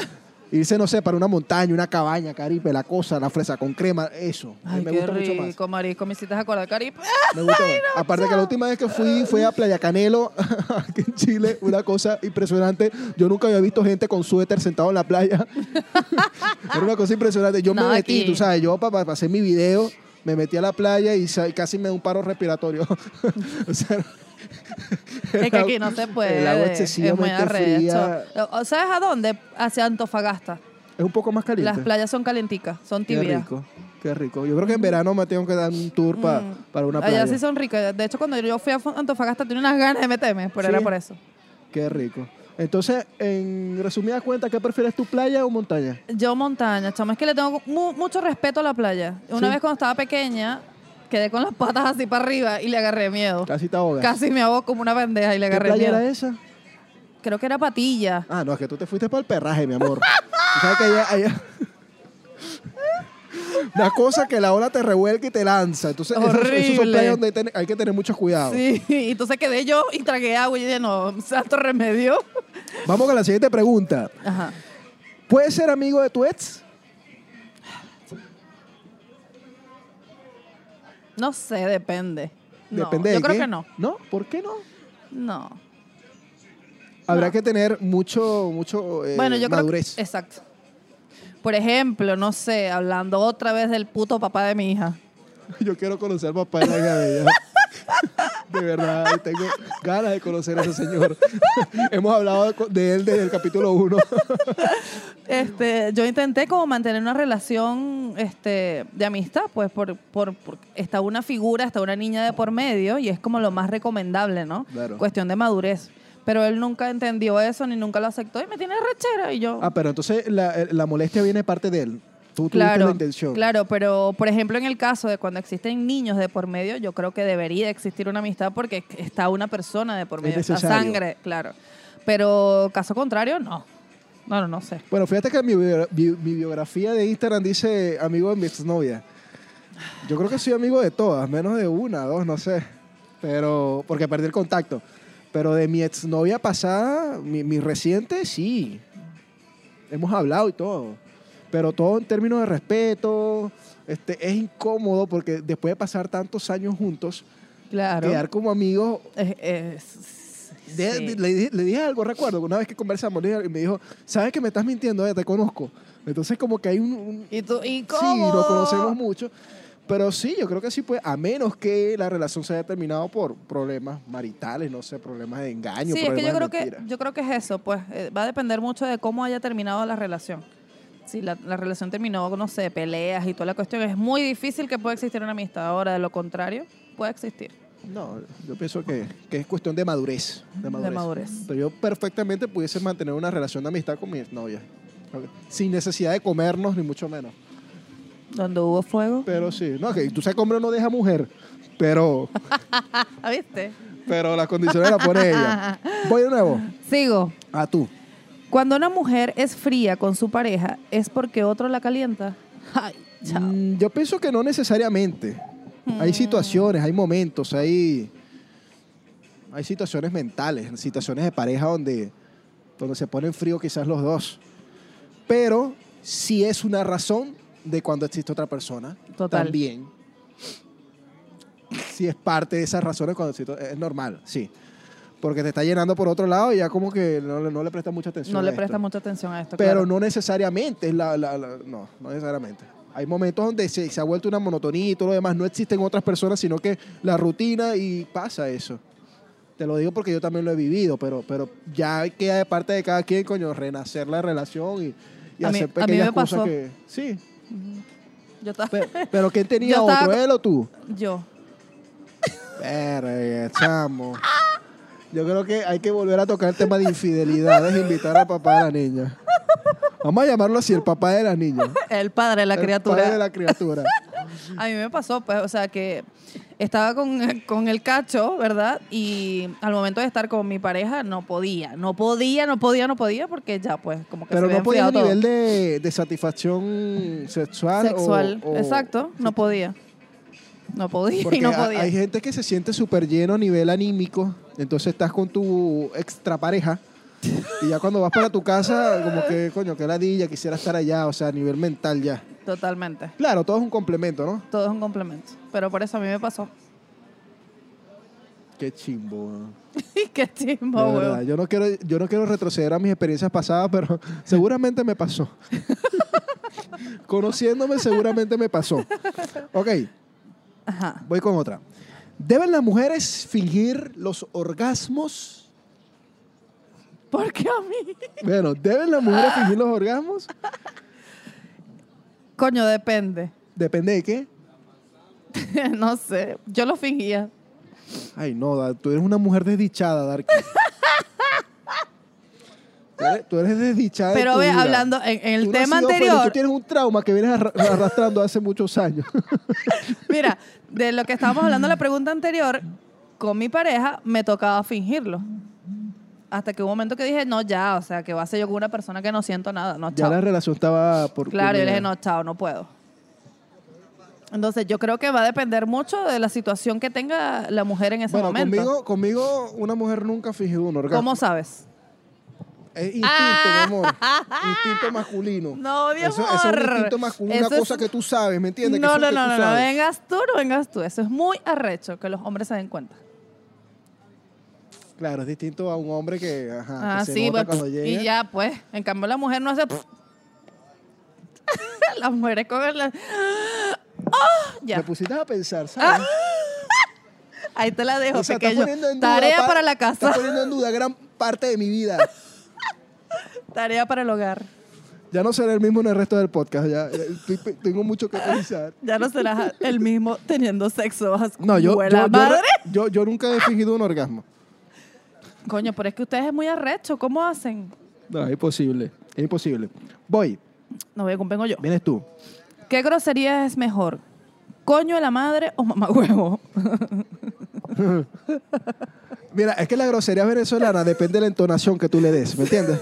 [SPEAKER 1] Irse, no sé, para una montaña, una cabaña, caripe, la cosa, la fresa con crema, eso.
[SPEAKER 2] Ay,
[SPEAKER 1] me
[SPEAKER 2] qué
[SPEAKER 1] gusta mucho más.
[SPEAKER 2] rico, marico. Me hiciste acordar, Cari.
[SPEAKER 1] Me gusta. Aparte que la última vez que fui fue a Playa Canelo, aquí en Chile, una cosa impresionante. Yo nunca había visto gente con suéter sentado en la playa. Era una cosa impresionante. Yo
[SPEAKER 2] No,
[SPEAKER 1] me metí,
[SPEAKER 2] aquí.
[SPEAKER 1] tú sabes, yo para, hacer mi video, me metí a la playa y sa- casi me da un paro respiratorio. O sea,
[SPEAKER 2] Es que aquí no se puede.
[SPEAKER 1] El agua
[SPEAKER 2] es muy
[SPEAKER 1] excesivamente
[SPEAKER 2] arrecho.
[SPEAKER 1] fría.
[SPEAKER 2] O- ¿Sabes a dónde? Hacia Antofagasta.
[SPEAKER 1] Es un poco más caliente.
[SPEAKER 2] Las playas son calenticas, son
[SPEAKER 1] Qué
[SPEAKER 2] tibias.
[SPEAKER 1] rico, qué rico. Yo creo que en verano me tengo que dar un tour pa-
[SPEAKER 2] Mm.
[SPEAKER 1] para una playa.
[SPEAKER 2] Allá sí son ricas. De hecho, cuando yo fui a Antofagasta tenía unas ganas de meterme, pero
[SPEAKER 1] Sí.
[SPEAKER 2] era por eso.
[SPEAKER 1] Qué rico. Entonces, en resumidas cuentas, ¿qué prefieres tú, playa o montaña?
[SPEAKER 2] Yo montaña, chamo, es que le tengo mu- mucho respeto a la playa. Una
[SPEAKER 1] Sí.
[SPEAKER 2] vez cuando estaba pequeña, quedé con las patas así para arriba y le agarré miedo.
[SPEAKER 1] Casi te ahogas.
[SPEAKER 2] Casi me ahogo como una pendeja y le
[SPEAKER 1] ¿Qué
[SPEAKER 2] agarré
[SPEAKER 1] playa
[SPEAKER 2] miedo.
[SPEAKER 1] era esa?
[SPEAKER 2] Creo que era patilla.
[SPEAKER 1] Ah, no, es que tú te fuiste para el perraje, mi amor. Tú sabes que allá, allá- Una cosa que la ola te revuelca y te lanza. Entonces, esos- esos son
[SPEAKER 2] Horrible.
[SPEAKER 1] playas donde hay, ten- hay que tener mucho cuidado.
[SPEAKER 2] Sí, y entonces quedé yo y tragué agua y dije, no, santo remedio.
[SPEAKER 1] Vamos con la siguiente pregunta.
[SPEAKER 2] Ajá.
[SPEAKER 1] ¿Puedes ser amigo de tu ex?
[SPEAKER 2] No sé, depende. No,
[SPEAKER 1] Depende de
[SPEAKER 2] Yo creo
[SPEAKER 1] qué.
[SPEAKER 2] que no.
[SPEAKER 1] ¿No? ¿Por qué no?
[SPEAKER 2] No.
[SPEAKER 1] Habrá
[SPEAKER 2] No.
[SPEAKER 1] que tener mucho, mucho eh,
[SPEAKER 2] bueno, yo
[SPEAKER 1] madurez.
[SPEAKER 2] creo que, exacto. Por ejemplo, no sé, hablando otra vez del puto papá de mi hija.
[SPEAKER 1] Yo quiero conocer al papá de la hija de ella. De verdad, y tengo ganas de conocer a ese señor. Hemos hablado de- de él desde el capítulo 1.
[SPEAKER 2] Este, yo intenté como mantener una relación este, de amistad, pues por, por, por- está una figura, está una niña de por medio y es como lo más recomendable, ¿no?
[SPEAKER 1] Claro.
[SPEAKER 2] Cuestión de madurez. Pero él nunca entendió eso ni nunca lo aceptó y me tiene rechera y yo.
[SPEAKER 1] Ah, pero entonces la, la molestia viene de parte de él. Tú tuviste la
[SPEAKER 2] Claro,
[SPEAKER 1] intención.
[SPEAKER 2] claro, pero por ejemplo en el caso de cuando existen niños de por medio, yo creo que debería existir una amistad porque está una persona de por
[SPEAKER 1] Es
[SPEAKER 2] medio, está
[SPEAKER 1] necesario.
[SPEAKER 2] sangre, claro. Pero caso contrario, no. No, no, no sé.
[SPEAKER 1] Bueno, fíjate que mi, bio- bi- mi biografía de Instagram dice amigo de mi exnovia. Yo creo que soy amigo de todas, menos de una, dos, no sé. Pero, porque perdí el contacto. Pero de mi exnovia pasada, mi, mi reciente, sí. Hemos hablado y todo. Pero todo en términos de respeto. Este, es incómodo porque después de pasar tantos años juntos,
[SPEAKER 2] Claro.
[SPEAKER 1] quedar como amigos
[SPEAKER 2] Es- es-
[SPEAKER 1] De-
[SPEAKER 2] sí.
[SPEAKER 1] de- le, dije- le dije algo, recuerdo, una vez que conversamos, le dije- me dijo, ¿sabes que me estás mintiendo? Ya te conozco. Entonces como que hay un... un-
[SPEAKER 2] ¿Y tú? ¿Y
[SPEAKER 1] sí,
[SPEAKER 2] cómo?
[SPEAKER 1] nos conocemos mucho. Pero sí, yo creo que sí, pues, a menos que la relación se haya terminado por problemas maritales, no sé, problemas de engaño.
[SPEAKER 2] Sí, es que yo creo
[SPEAKER 1] problemas de
[SPEAKER 2] que,
[SPEAKER 1] mentira.
[SPEAKER 2] yo creo que es eso, pues eh, va a depender mucho de cómo haya terminado la relación. Si la, la relación terminó, no sé, peleas y toda la cuestión, es muy difícil que pueda existir una amistad. Ahora, de lo contrario, puede existir.
[SPEAKER 1] No, yo pienso que, que es cuestión de madurez, de madurez.
[SPEAKER 2] madurez.
[SPEAKER 1] Pero yo perfectamente pudiese mantener una relación de amistad con mi novia. Sin necesidad de comernos, ni mucho menos.
[SPEAKER 2] Donde hubo fuego.
[SPEAKER 1] Pero sí, no, que tú sabes que hombre no deja mujer, pero,
[SPEAKER 2] Ah, ¿Viste?
[SPEAKER 1] pero las condiciones las pone ella. Voy de nuevo,
[SPEAKER 2] Sigo.
[SPEAKER 1] a tú.
[SPEAKER 2] Cuando una mujer es fría con su pareja, ¿es porque otro la calienta? Ay, chao. Mm.
[SPEAKER 1] Mm, Yo pienso que no necesariamente. Hay situaciones, hay momentos, hay, hay situaciones mentales, situaciones de pareja donde, donde se ponen frío quizás los dos. Pero sí es una razón de cuando existe otra persona.
[SPEAKER 2] Total.
[SPEAKER 1] También. Sí es parte de esas razones cuando existe, es normal, sí. Porque te está llenando por otro lado y ya como que no, le- no le presta mucha atención.
[SPEAKER 2] No
[SPEAKER 1] a
[SPEAKER 2] le
[SPEAKER 1] esto.
[SPEAKER 2] presta mucha atención a esto.
[SPEAKER 1] Pero
[SPEAKER 2] claro.
[SPEAKER 1] no necesariamente es la, la- la- No, no necesariamente. Hay momentos donde se, se ha vuelto una monotonía y todo lo demás. No existen otras personas, sino que la rutina y pasa eso. Te lo digo porque yo también lo he vivido, pero, pero ya queda de parte de cada quien, coño, renacer la relación y, y
[SPEAKER 2] A mí-
[SPEAKER 1] hacer
[SPEAKER 2] a mí
[SPEAKER 1] pequeñas
[SPEAKER 2] me
[SPEAKER 1] cosas
[SPEAKER 2] pasó.
[SPEAKER 1] que. Sí.
[SPEAKER 2] Yo estaba-
[SPEAKER 1] Pero, pero ¿quién tenía
[SPEAKER 2] Yo
[SPEAKER 1] otro?
[SPEAKER 2] estaba co-
[SPEAKER 1] ¿Él o tú?
[SPEAKER 2] Yo.
[SPEAKER 1] Verga, chamo. Yo creo que hay que volver a tocar el tema de infidelidades, invitar al papá de la niña. Vamos a llamarlo así, el papá de la niña.
[SPEAKER 2] El padre de la
[SPEAKER 1] El
[SPEAKER 2] criatura.
[SPEAKER 1] padre de la criatura.
[SPEAKER 2] A mí me pasó, pues, o sea, que estaba con, con el cacho, ¿verdad? Y al momento de estar con mi pareja, no podía, no podía, no podía, no podía, porque ya, pues, como que
[SPEAKER 1] Pero
[SPEAKER 2] se había
[SPEAKER 1] no podía a
[SPEAKER 2] enfriado
[SPEAKER 1] nivel de, de satisfacción sexual.
[SPEAKER 2] todo.
[SPEAKER 1] o-
[SPEAKER 2] sexual.
[SPEAKER 1] o-
[SPEAKER 2] Exacto, no podía. No podía
[SPEAKER 1] Porque
[SPEAKER 2] y no
[SPEAKER 1] ha-
[SPEAKER 2] podía.
[SPEAKER 1] hay gente que se siente súper lleno a nivel anímico. Entonces estás con tu extra pareja. Y ya cuando vas para tu casa, como que, coño, qué ladilla, quisiera estar allá. O sea, a nivel mental ya.
[SPEAKER 2] Totalmente.
[SPEAKER 1] Claro, todo es un complemento, ¿no?
[SPEAKER 2] Todo es un complemento. Pero por eso a mí me pasó.
[SPEAKER 1] Qué chimbo. ¿no?
[SPEAKER 2] Qué chimbo,
[SPEAKER 1] De
[SPEAKER 2] weón.
[SPEAKER 1] verdad, yo no quiero, yo no quiero retroceder a mis experiencias pasadas, pero seguramente me pasó. Conociéndome, seguramente me pasó. Ok,
[SPEAKER 2] Ajá.
[SPEAKER 1] voy con otra. ¿Deben las mujeres fingir los orgasmos?
[SPEAKER 2] Porque a mí.
[SPEAKER 1] Bueno, ¿deben las mujeres fingir los orgasmos?
[SPEAKER 2] Coño, depende.
[SPEAKER 1] Depende de qué.
[SPEAKER 2] no sé. Yo lo fingía.
[SPEAKER 1] Ay, no, Dar- tú eres una mujer desdichada, Darky. Tú eres- Tú eres desdichada. en
[SPEAKER 2] Pero
[SPEAKER 1] tu
[SPEAKER 2] ve,
[SPEAKER 1] vida.
[SPEAKER 2] hablando en, en el
[SPEAKER 1] Tú no has
[SPEAKER 2] tema
[SPEAKER 1] sido feliz,
[SPEAKER 2] anterior.
[SPEAKER 1] Tú tienes un trauma que vienes arra- arrastrando hace muchos años.
[SPEAKER 2] Mira, de lo que estábamos hablando en la pregunta anterior, con mi pareja me tocaba fingirlo. Hasta que hubo un momento que dije, no, ya, o sea, que va a ser yo con una persona que no siento nada, no,
[SPEAKER 1] Ya
[SPEAKER 2] chao.
[SPEAKER 1] la relación estaba por
[SPEAKER 2] Claro, yo le dije,
[SPEAKER 1] culminar.
[SPEAKER 2] no, chao, no puedo. Entonces, yo creo que va a depender mucho de la situación que tenga la mujer en ese
[SPEAKER 1] Bueno, conmigo,
[SPEAKER 2] momento.
[SPEAKER 1] conmigo una mujer nunca fingió un orgasmo.
[SPEAKER 2] ¿Cómo sabes?
[SPEAKER 1] Es instinto, mi amor. Instinto masculino.
[SPEAKER 2] No, mi
[SPEAKER 1] Eso, eso es un
[SPEAKER 2] amor.
[SPEAKER 1] instinto masculino,
[SPEAKER 2] Eso
[SPEAKER 1] una
[SPEAKER 2] es-
[SPEAKER 1] cosa que tú sabes, ¿me entiendes? Que
[SPEAKER 2] No,
[SPEAKER 1] eso
[SPEAKER 2] no,
[SPEAKER 1] es
[SPEAKER 2] no,
[SPEAKER 1] que
[SPEAKER 2] no,
[SPEAKER 1] tú
[SPEAKER 2] no,
[SPEAKER 1] sabes.
[SPEAKER 2] vengas tú, no vengas tú. Eso es muy arrecho que los hombres se den cuenta.
[SPEAKER 1] Ah, Claro, es distinto a un hombre que, ajá,
[SPEAKER 2] Ah,
[SPEAKER 1] que se
[SPEAKER 2] sí,
[SPEAKER 1] nota
[SPEAKER 2] pues,
[SPEAKER 1] cuando llega.
[SPEAKER 2] y ya, pues. En cambio, la mujer no hace. Las mujeres con el. ¡Ah!
[SPEAKER 1] Me
[SPEAKER 2] Ya. Ah,
[SPEAKER 1] pusiste a pensar, ¿sabes?
[SPEAKER 2] Ahí te la dejo,
[SPEAKER 1] O sea, estás
[SPEAKER 2] pequeño.
[SPEAKER 1] poniendo en duda
[SPEAKER 2] Tarea
[SPEAKER 1] par-
[SPEAKER 2] para la casa,
[SPEAKER 1] Estás poniendo en duda gran parte de mi vida.
[SPEAKER 2] tarea para el hogar.
[SPEAKER 1] Ya no seré el mismo en el resto del podcast. Ya, ya, estoy pe- tengo mucho que pensar.
[SPEAKER 2] Ya no serás el mismo teniendo sexo. vas-
[SPEAKER 1] No, yo, yo,
[SPEAKER 2] Buena
[SPEAKER 1] yo-
[SPEAKER 2] madre.
[SPEAKER 1] yo- yo nunca he fingido un orgasmo.
[SPEAKER 2] Coño, pero es que ustedes es muy arrecho. ¿Cómo hacen?
[SPEAKER 1] No, es imposible. Es imposible. Voy,
[SPEAKER 2] No voy a cumplir yo.
[SPEAKER 1] vienes tú.
[SPEAKER 2] ¿Qué grosería es mejor? ¿Coño de la madre o mamagüevo?
[SPEAKER 1] Mira, es que la grosería venezolana depende de la entonación que tú le des, ¿me entiendes?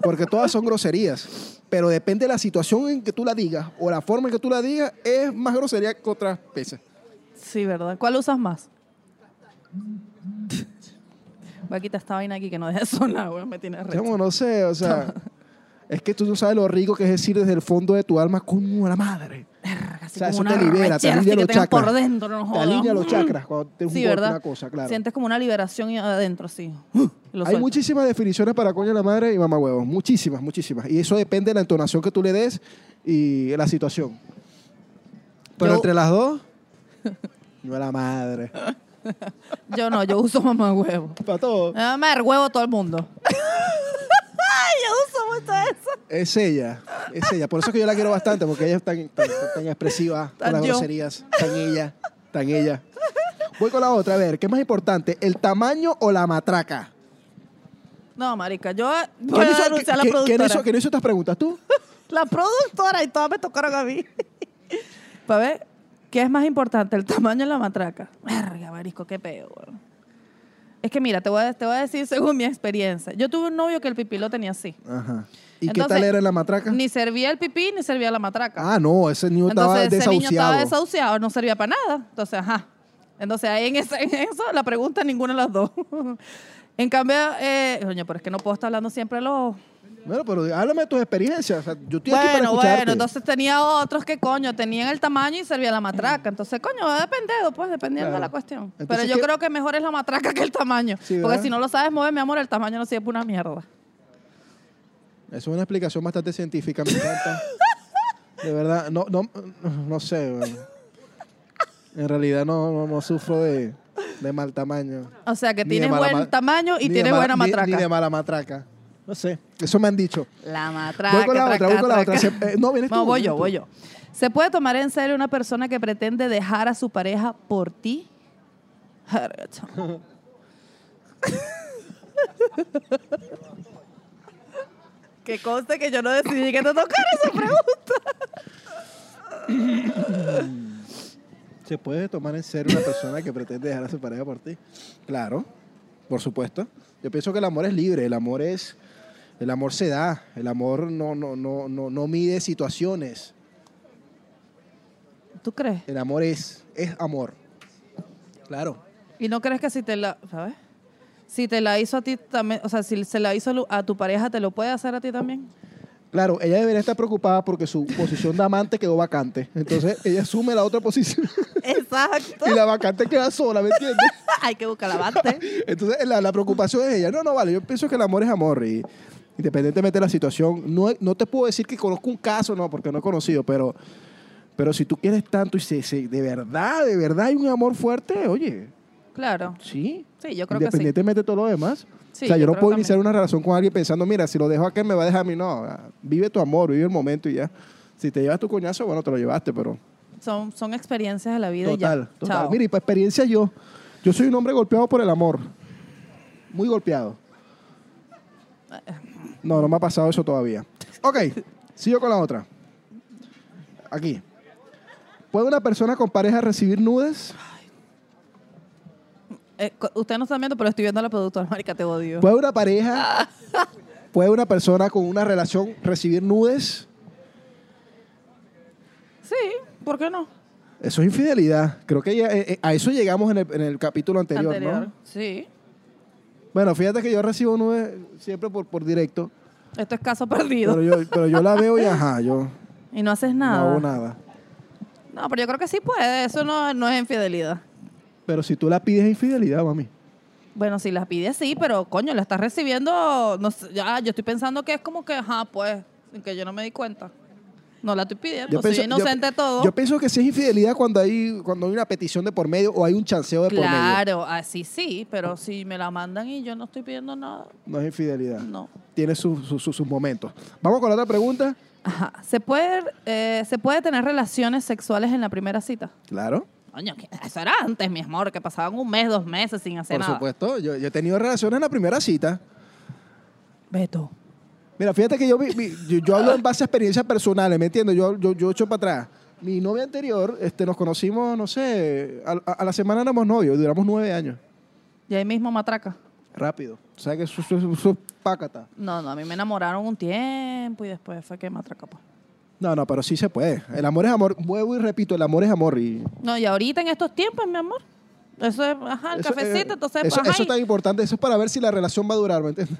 [SPEAKER 1] Porque todas son groserías, pero depende de la situación en que tú la digas o la forma en que tú la digas, es más grosería que otras veces.
[SPEAKER 2] Sí, ¿verdad? ¿Cuál usas más? Voy a quitar esta vaina aquí que no deja de sonar, weón. Me tiene recho.
[SPEAKER 1] Chamo, no sé, o sea, es que tú no sabes lo rico que es decir desde el fondo de tu alma, coño, a la madre.
[SPEAKER 2] Así
[SPEAKER 1] o sea,
[SPEAKER 2] como
[SPEAKER 1] eso te
[SPEAKER 2] una
[SPEAKER 1] libera, te alinea
[SPEAKER 2] rechera así que
[SPEAKER 1] los
[SPEAKER 2] tengas
[SPEAKER 1] chakras.
[SPEAKER 2] por dentro, no
[SPEAKER 1] te
[SPEAKER 2] jodas.
[SPEAKER 1] alinea los chakras cuando te
[SPEAKER 2] Sí,
[SPEAKER 1] un golpe,
[SPEAKER 2] ¿verdad?
[SPEAKER 1] una cosa, claro.
[SPEAKER 2] Sientes como una liberación y adentro, sí. Lo
[SPEAKER 1] Hay
[SPEAKER 2] sueltas.
[SPEAKER 1] muchísimas definiciones para coño a la madre y mamá huevos, muchísimas, muchísimas. Y eso depende de la entonación que tú le des y la situación. Pero
[SPEAKER 2] Yo-
[SPEAKER 1] entre las dos, no a la madre.
[SPEAKER 2] Yo no, yo uso mamá huevo.
[SPEAKER 1] Para todo.
[SPEAKER 2] Mamá huevo todo el mundo. Ay, yo uso mucho eso.
[SPEAKER 1] Es ella, es ella. Por eso es que yo la quiero bastante, porque ella es tan, tan, tan expresiva, con
[SPEAKER 2] Tan
[SPEAKER 1] las
[SPEAKER 2] yo.
[SPEAKER 1] groserías, tan ella, tan ella. Voy con la otra, a ver, ¿qué es más importante? ¿El tamaño o la matraca?
[SPEAKER 2] No, marica, yo voy
[SPEAKER 1] ¿Quién
[SPEAKER 2] a
[SPEAKER 1] hizo,
[SPEAKER 2] denunciar a la
[SPEAKER 1] qui- qui- ¿quién
[SPEAKER 2] productora.
[SPEAKER 1] hizo- quién hizo estas preguntas? ¿Tú?
[SPEAKER 2] La productora y todas me tocaron a mí. Para ver, ¿qué es más importante, el tamaño o la matraca? Verga, marisco, qué pedo, weón. Es que mira, te voy, a, te voy a decir según mi experiencia. Yo tuve un novio que el pipí lo tenía así.
[SPEAKER 1] Ajá. ¿Y qué
[SPEAKER 2] Entonces,
[SPEAKER 1] tal era la matraca?
[SPEAKER 2] Ni servía el pipí, ni servía la matraca.
[SPEAKER 1] Ah, no, ese niño estaba
[SPEAKER 2] Entonces ese niño estaba
[SPEAKER 1] desahuciado.
[SPEAKER 2] desahuciado, no servía para nada. Entonces, ajá. Entonces ahí en, esa- en eso la pregunta ninguna de las dos. en cambio, eh, coño, pero es que no puedo estar hablando siempre de los...
[SPEAKER 1] Bueno, pero háblame de tus experiencias. o sea, yo estoy aquí para
[SPEAKER 2] Bueno,
[SPEAKER 1] escucharte.
[SPEAKER 2] bueno, entonces tenía otros que coño, tenían el tamaño y servía la matraca. Entonces, coño, va dependiendo, pues, dependiendo de
[SPEAKER 1] Claro.
[SPEAKER 2] la cuestión. Pero
[SPEAKER 1] Entonces,
[SPEAKER 2] yo
[SPEAKER 1] ¿qué-
[SPEAKER 2] creo que mejor es la matraca que el tamaño.
[SPEAKER 1] Sí,
[SPEAKER 2] porque
[SPEAKER 1] ¿verdad?
[SPEAKER 2] si no lo sabes mover, mi amor, el tamaño no sirve para una mierda.
[SPEAKER 1] Es una explicación bastante científica, me encanta. De verdad, no, no, no sé. weón. En realidad no, no, no sufro de, de mal tamaño.
[SPEAKER 2] O sea, que
[SPEAKER 1] Ni de
[SPEAKER 2] tienes
[SPEAKER 1] mala
[SPEAKER 2] buen
[SPEAKER 1] ma-
[SPEAKER 2] tamaño
[SPEAKER 1] ni
[SPEAKER 2] y
[SPEAKER 1] de
[SPEAKER 2] tienes
[SPEAKER 1] mala-
[SPEAKER 2] buena
[SPEAKER 1] ni-
[SPEAKER 2] matraca.
[SPEAKER 1] Ni, de mala matraca. No sé, eso me han dicho.
[SPEAKER 2] La matraca.
[SPEAKER 1] Voy con la otra, voy
[SPEAKER 2] traca,
[SPEAKER 1] con la
[SPEAKER 2] traca.
[SPEAKER 1] otra. Se- eh, no, vienes
[SPEAKER 2] No,
[SPEAKER 1] tú,
[SPEAKER 2] voy
[SPEAKER 1] vienes
[SPEAKER 2] yo,
[SPEAKER 1] tú.
[SPEAKER 2] voy yo. ¿Se puede tomar en serio una persona que pretende dejar a su pareja por ti? Verga, chamo. que conste que yo no decidí que te tocara esa pregunta.
[SPEAKER 1] ¿Se puede tomar en serio una persona que pretende dejar a su pareja por ti? Claro, por supuesto. Yo pienso que el amor es libre, el amor es. El amor se da, el amor no, no, no, no, no mide situaciones.
[SPEAKER 2] ¿Tú crees?
[SPEAKER 1] El amor es, es amor. Claro.
[SPEAKER 2] ¿Y no crees que si te la... ¿Sabes? Si te la hizo a ti también, o sea, si se la hizo a tu pareja, ¿te lo puede hacer a ti también?
[SPEAKER 1] Claro, ella debería estar preocupada porque su posición de amante quedó vacante. Entonces ella asume la otra posición
[SPEAKER 2] Exacto.
[SPEAKER 1] y la vacante queda sola, ¿me entiendes?
[SPEAKER 2] Hay que buscar la bate.
[SPEAKER 1] Entonces la, la preocupación es ella. No, no, vale, yo pienso que el amor es amor y independientemente de la situación, no, no te puedo decir que conozco un caso, no, porque no he conocido, pero, pero si tú quieres tanto y se, se- de verdad, de verdad hay un amor fuerte, oye,
[SPEAKER 2] Claro.
[SPEAKER 1] sí.
[SPEAKER 2] Sí, yo creo que sí.
[SPEAKER 1] Independientemente de todo lo demás.
[SPEAKER 2] Sí,
[SPEAKER 1] o sea, yo,
[SPEAKER 2] yo
[SPEAKER 1] no
[SPEAKER 2] creo
[SPEAKER 1] puedo
[SPEAKER 2] también.
[SPEAKER 1] iniciar una relación con alguien pensando, mira, si lo dejo a que me va a dejar a mí. No, vive tu amor, vive el momento y ya. Si te llevas tu coñazo, bueno, te lo llevaste, pero
[SPEAKER 2] Son, son experiencias de la vida y
[SPEAKER 1] total,
[SPEAKER 2] ya.
[SPEAKER 1] total.
[SPEAKER 2] Chao.
[SPEAKER 1] Mira, y para experiencia yo, yo soy un hombre golpeado por el amor. Muy golpeado. No, no me ha pasado eso todavía. Ok, sigo con la otra. Aquí. ¿Puede una persona con pareja recibir nudes?
[SPEAKER 2] Eh, co- Ustedes no están viendo, pero estoy viendo a la productora, marica, te odio.
[SPEAKER 1] ¿Puede una pareja, puede una persona con una relación recibir nudes?
[SPEAKER 2] Sí, ¿por qué no?
[SPEAKER 1] Eso es infidelidad. Creo que ya, eh, eh, a eso llegamos en el, en el capítulo anterior, ¿no?
[SPEAKER 2] Sí.
[SPEAKER 1] Bueno, fíjate que yo recibo nudes siempre por, por directo,
[SPEAKER 2] Esto es caso perdido.
[SPEAKER 1] pero yo, pero yo la veo y ajá, yo
[SPEAKER 2] y no haces
[SPEAKER 1] no
[SPEAKER 2] nada.
[SPEAKER 1] hago nada.
[SPEAKER 2] No, pero yo creo que sí puede. Eso no, no es infidelidad.
[SPEAKER 1] Pero si tú la pides es infidelidad, mami.
[SPEAKER 2] Bueno, si las pides, sí, pero coño, la estás recibiendo. No sé, ya, yo estoy pensando que es como que, ajá, pues, sin que yo no me di cuenta. No la estoy pidiendo. soy inocente de todo.
[SPEAKER 1] Yo pienso que sí es infidelidad cuando hay, cuando hay una petición de por medio o hay un chanceo de por medio.
[SPEAKER 2] claro, así sí, pero si me la mandan y yo no estoy pidiendo nada,
[SPEAKER 1] No es infidelidad.
[SPEAKER 2] no.
[SPEAKER 1] Tiene sus sus- sus- sus momentos. Vamos con la otra pregunta.
[SPEAKER 2] Ajá. ¿Se puede, eh, ¿Se puede tener relaciones sexuales en la primera cita?
[SPEAKER 1] Claro.
[SPEAKER 2] Coño, que eso era antes, mi amor, que pasaban un mes, dos meses sin hacer
[SPEAKER 1] Por
[SPEAKER 2] nada.
[SPEAKER 1] supuesto, yo, yo he tenido relaciones en la primera cita.
[SPEAKER 2] Beto.
[SPEAKER 1] Mira, fíjate que yo, vi- vi- yo, yo hablo en base a experiencias personales, ¿me entiendes? Yo, yo, yo echo para atrás. Mi novia anterior, este, nos conocimos, no sé, a, a- a la semana éramos novios, duramos nueve años.
[SPEAKER 2] Y ahí mismo matraca.
[SPEAKER 1] Rápido. O sea que eso, eso- eso- eso es pácata.
[SPEAKER 2] No, no, a mí me enamoraron un tiempo y después fue que matraca, pues.
[SPEAKER 1] No, no, pero sí se puede. El amor es amor. Vuelvo y repito, el amor es amor. Y
[SPEAKER 2] No, y ahorita en estos tiempos, mi amor. Eso es, ajá, Ah, el
[SPEAKER 1] eso,
[SPEAKER 2] cafecito,
[SPEAKER 1] eh,
[SPEAKER 2] entonces, pues,
[SPEAKER 1] Eso,
[SPEAKER 2] ajá.
[SPEAKER 1] eso
[SPEAKER 2] y-
[SPEAKER 1] es tan importante. Eso es para ver si la relación va a durar, ¿me entiendes?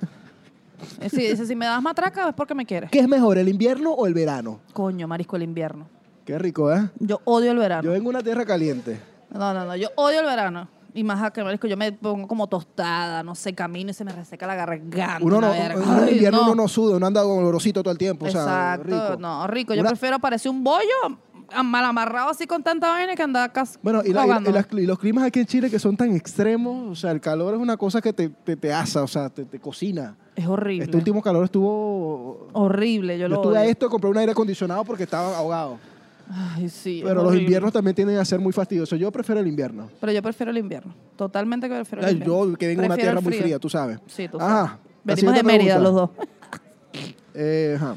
[SPEAKER 2] y si, Eh, dice, si me das matraca es porque me quieres.
[SPEAKER 1] ¿Qué es mejor, el invierno o el verano?
[SPEAKER 2] Coño, marisco, el invierno.
[SPEAKER 1] Qué rico, ¿eh?
[SPEAKER 2] Yo odio el verano.
[SPEAKER 1] Yo vengo de una tierra caliente.
[SPEAKER 2] No, no, no, yo odio el verano. Y más a que marisco, yo me pongo como tostada, no sé, camino y se me reseca la garganta.
[SPEAKER 1] Uno no,
[SPEAKER 2] una verga.
[SPEAKER 1] uno en
[SPEAKER 2] Ay,
[SPEAKER 1] invierno uno no suda, uno anda con olorcito todo el tiempo. o sea,
[SPEAKER 2] Exacto,
[SPEAKER 1] rico.
[SPEAKER 2] no, rico. Yo
[SPEAKER 1] Una-
[SPEAKER 2] prefiero parecer un bollo am- mal amarrado así con tanta vaina que andaba casi.
[SPEAKER 1] Bueno, y, la- y la- y
[SPEAKER 2] ahogándome.
[SPEAKER 1] las- y los climas aquí en Chile que son tan extremos, o sea, el calor es una cosa que te, te, te asa, o sea, te, te cocina.
[SPEAKER 2] es horrible.
[SPEAKER 1] Este último calor estuvo...
[SPEAKER 2] Horrible, yo,
[SPEAKER 1] Yo,
[SPEAKER 2] lo
[SPEAKER 1] estuve a este,
[SPEAKER 2] odio.
[SPEAKER 1] esto, compré un aire acondicionado porque estaba ahogado.
[SPEAKER 2] Ay, sí. es
[SPEAKER 1] Pero los
[SPEAKER 2] horrible.
[SPEAKER 1] inviernos también tienden a ser muy fastidiosos. Yo prefiero el invierno.
[SPEAKER 2] Pero yo prefiero el invierno. Totalmente que prefiero el
[SPEAKER 1] Ay,
[SPEAKER 2] invierno.
[SPEAKER 1] yo que vengo de una
[SPEAKER 2] Prefiero
[SPEAKER 1] tierra
[SPEAKER 2] el
[SPEAKER 1] muy
[SPEAKER 2] frío.
[SPEAKER 1] fría, Ah, tú sabes.
[SPEAKER 2] Sí, tú
[SPEAKER 1] Ajá,
[SPEAKER 2] sabes.
[SPEAKER 1] la
[SPEAKER 2] Venimos de
[SPEAKER 1] siguiente
[SPEAKER 2] Mérida
[SPEAKER 1] pregunta.
[SPEAKER 2] los dos.
[SPEAKER 1] Eh, ajá.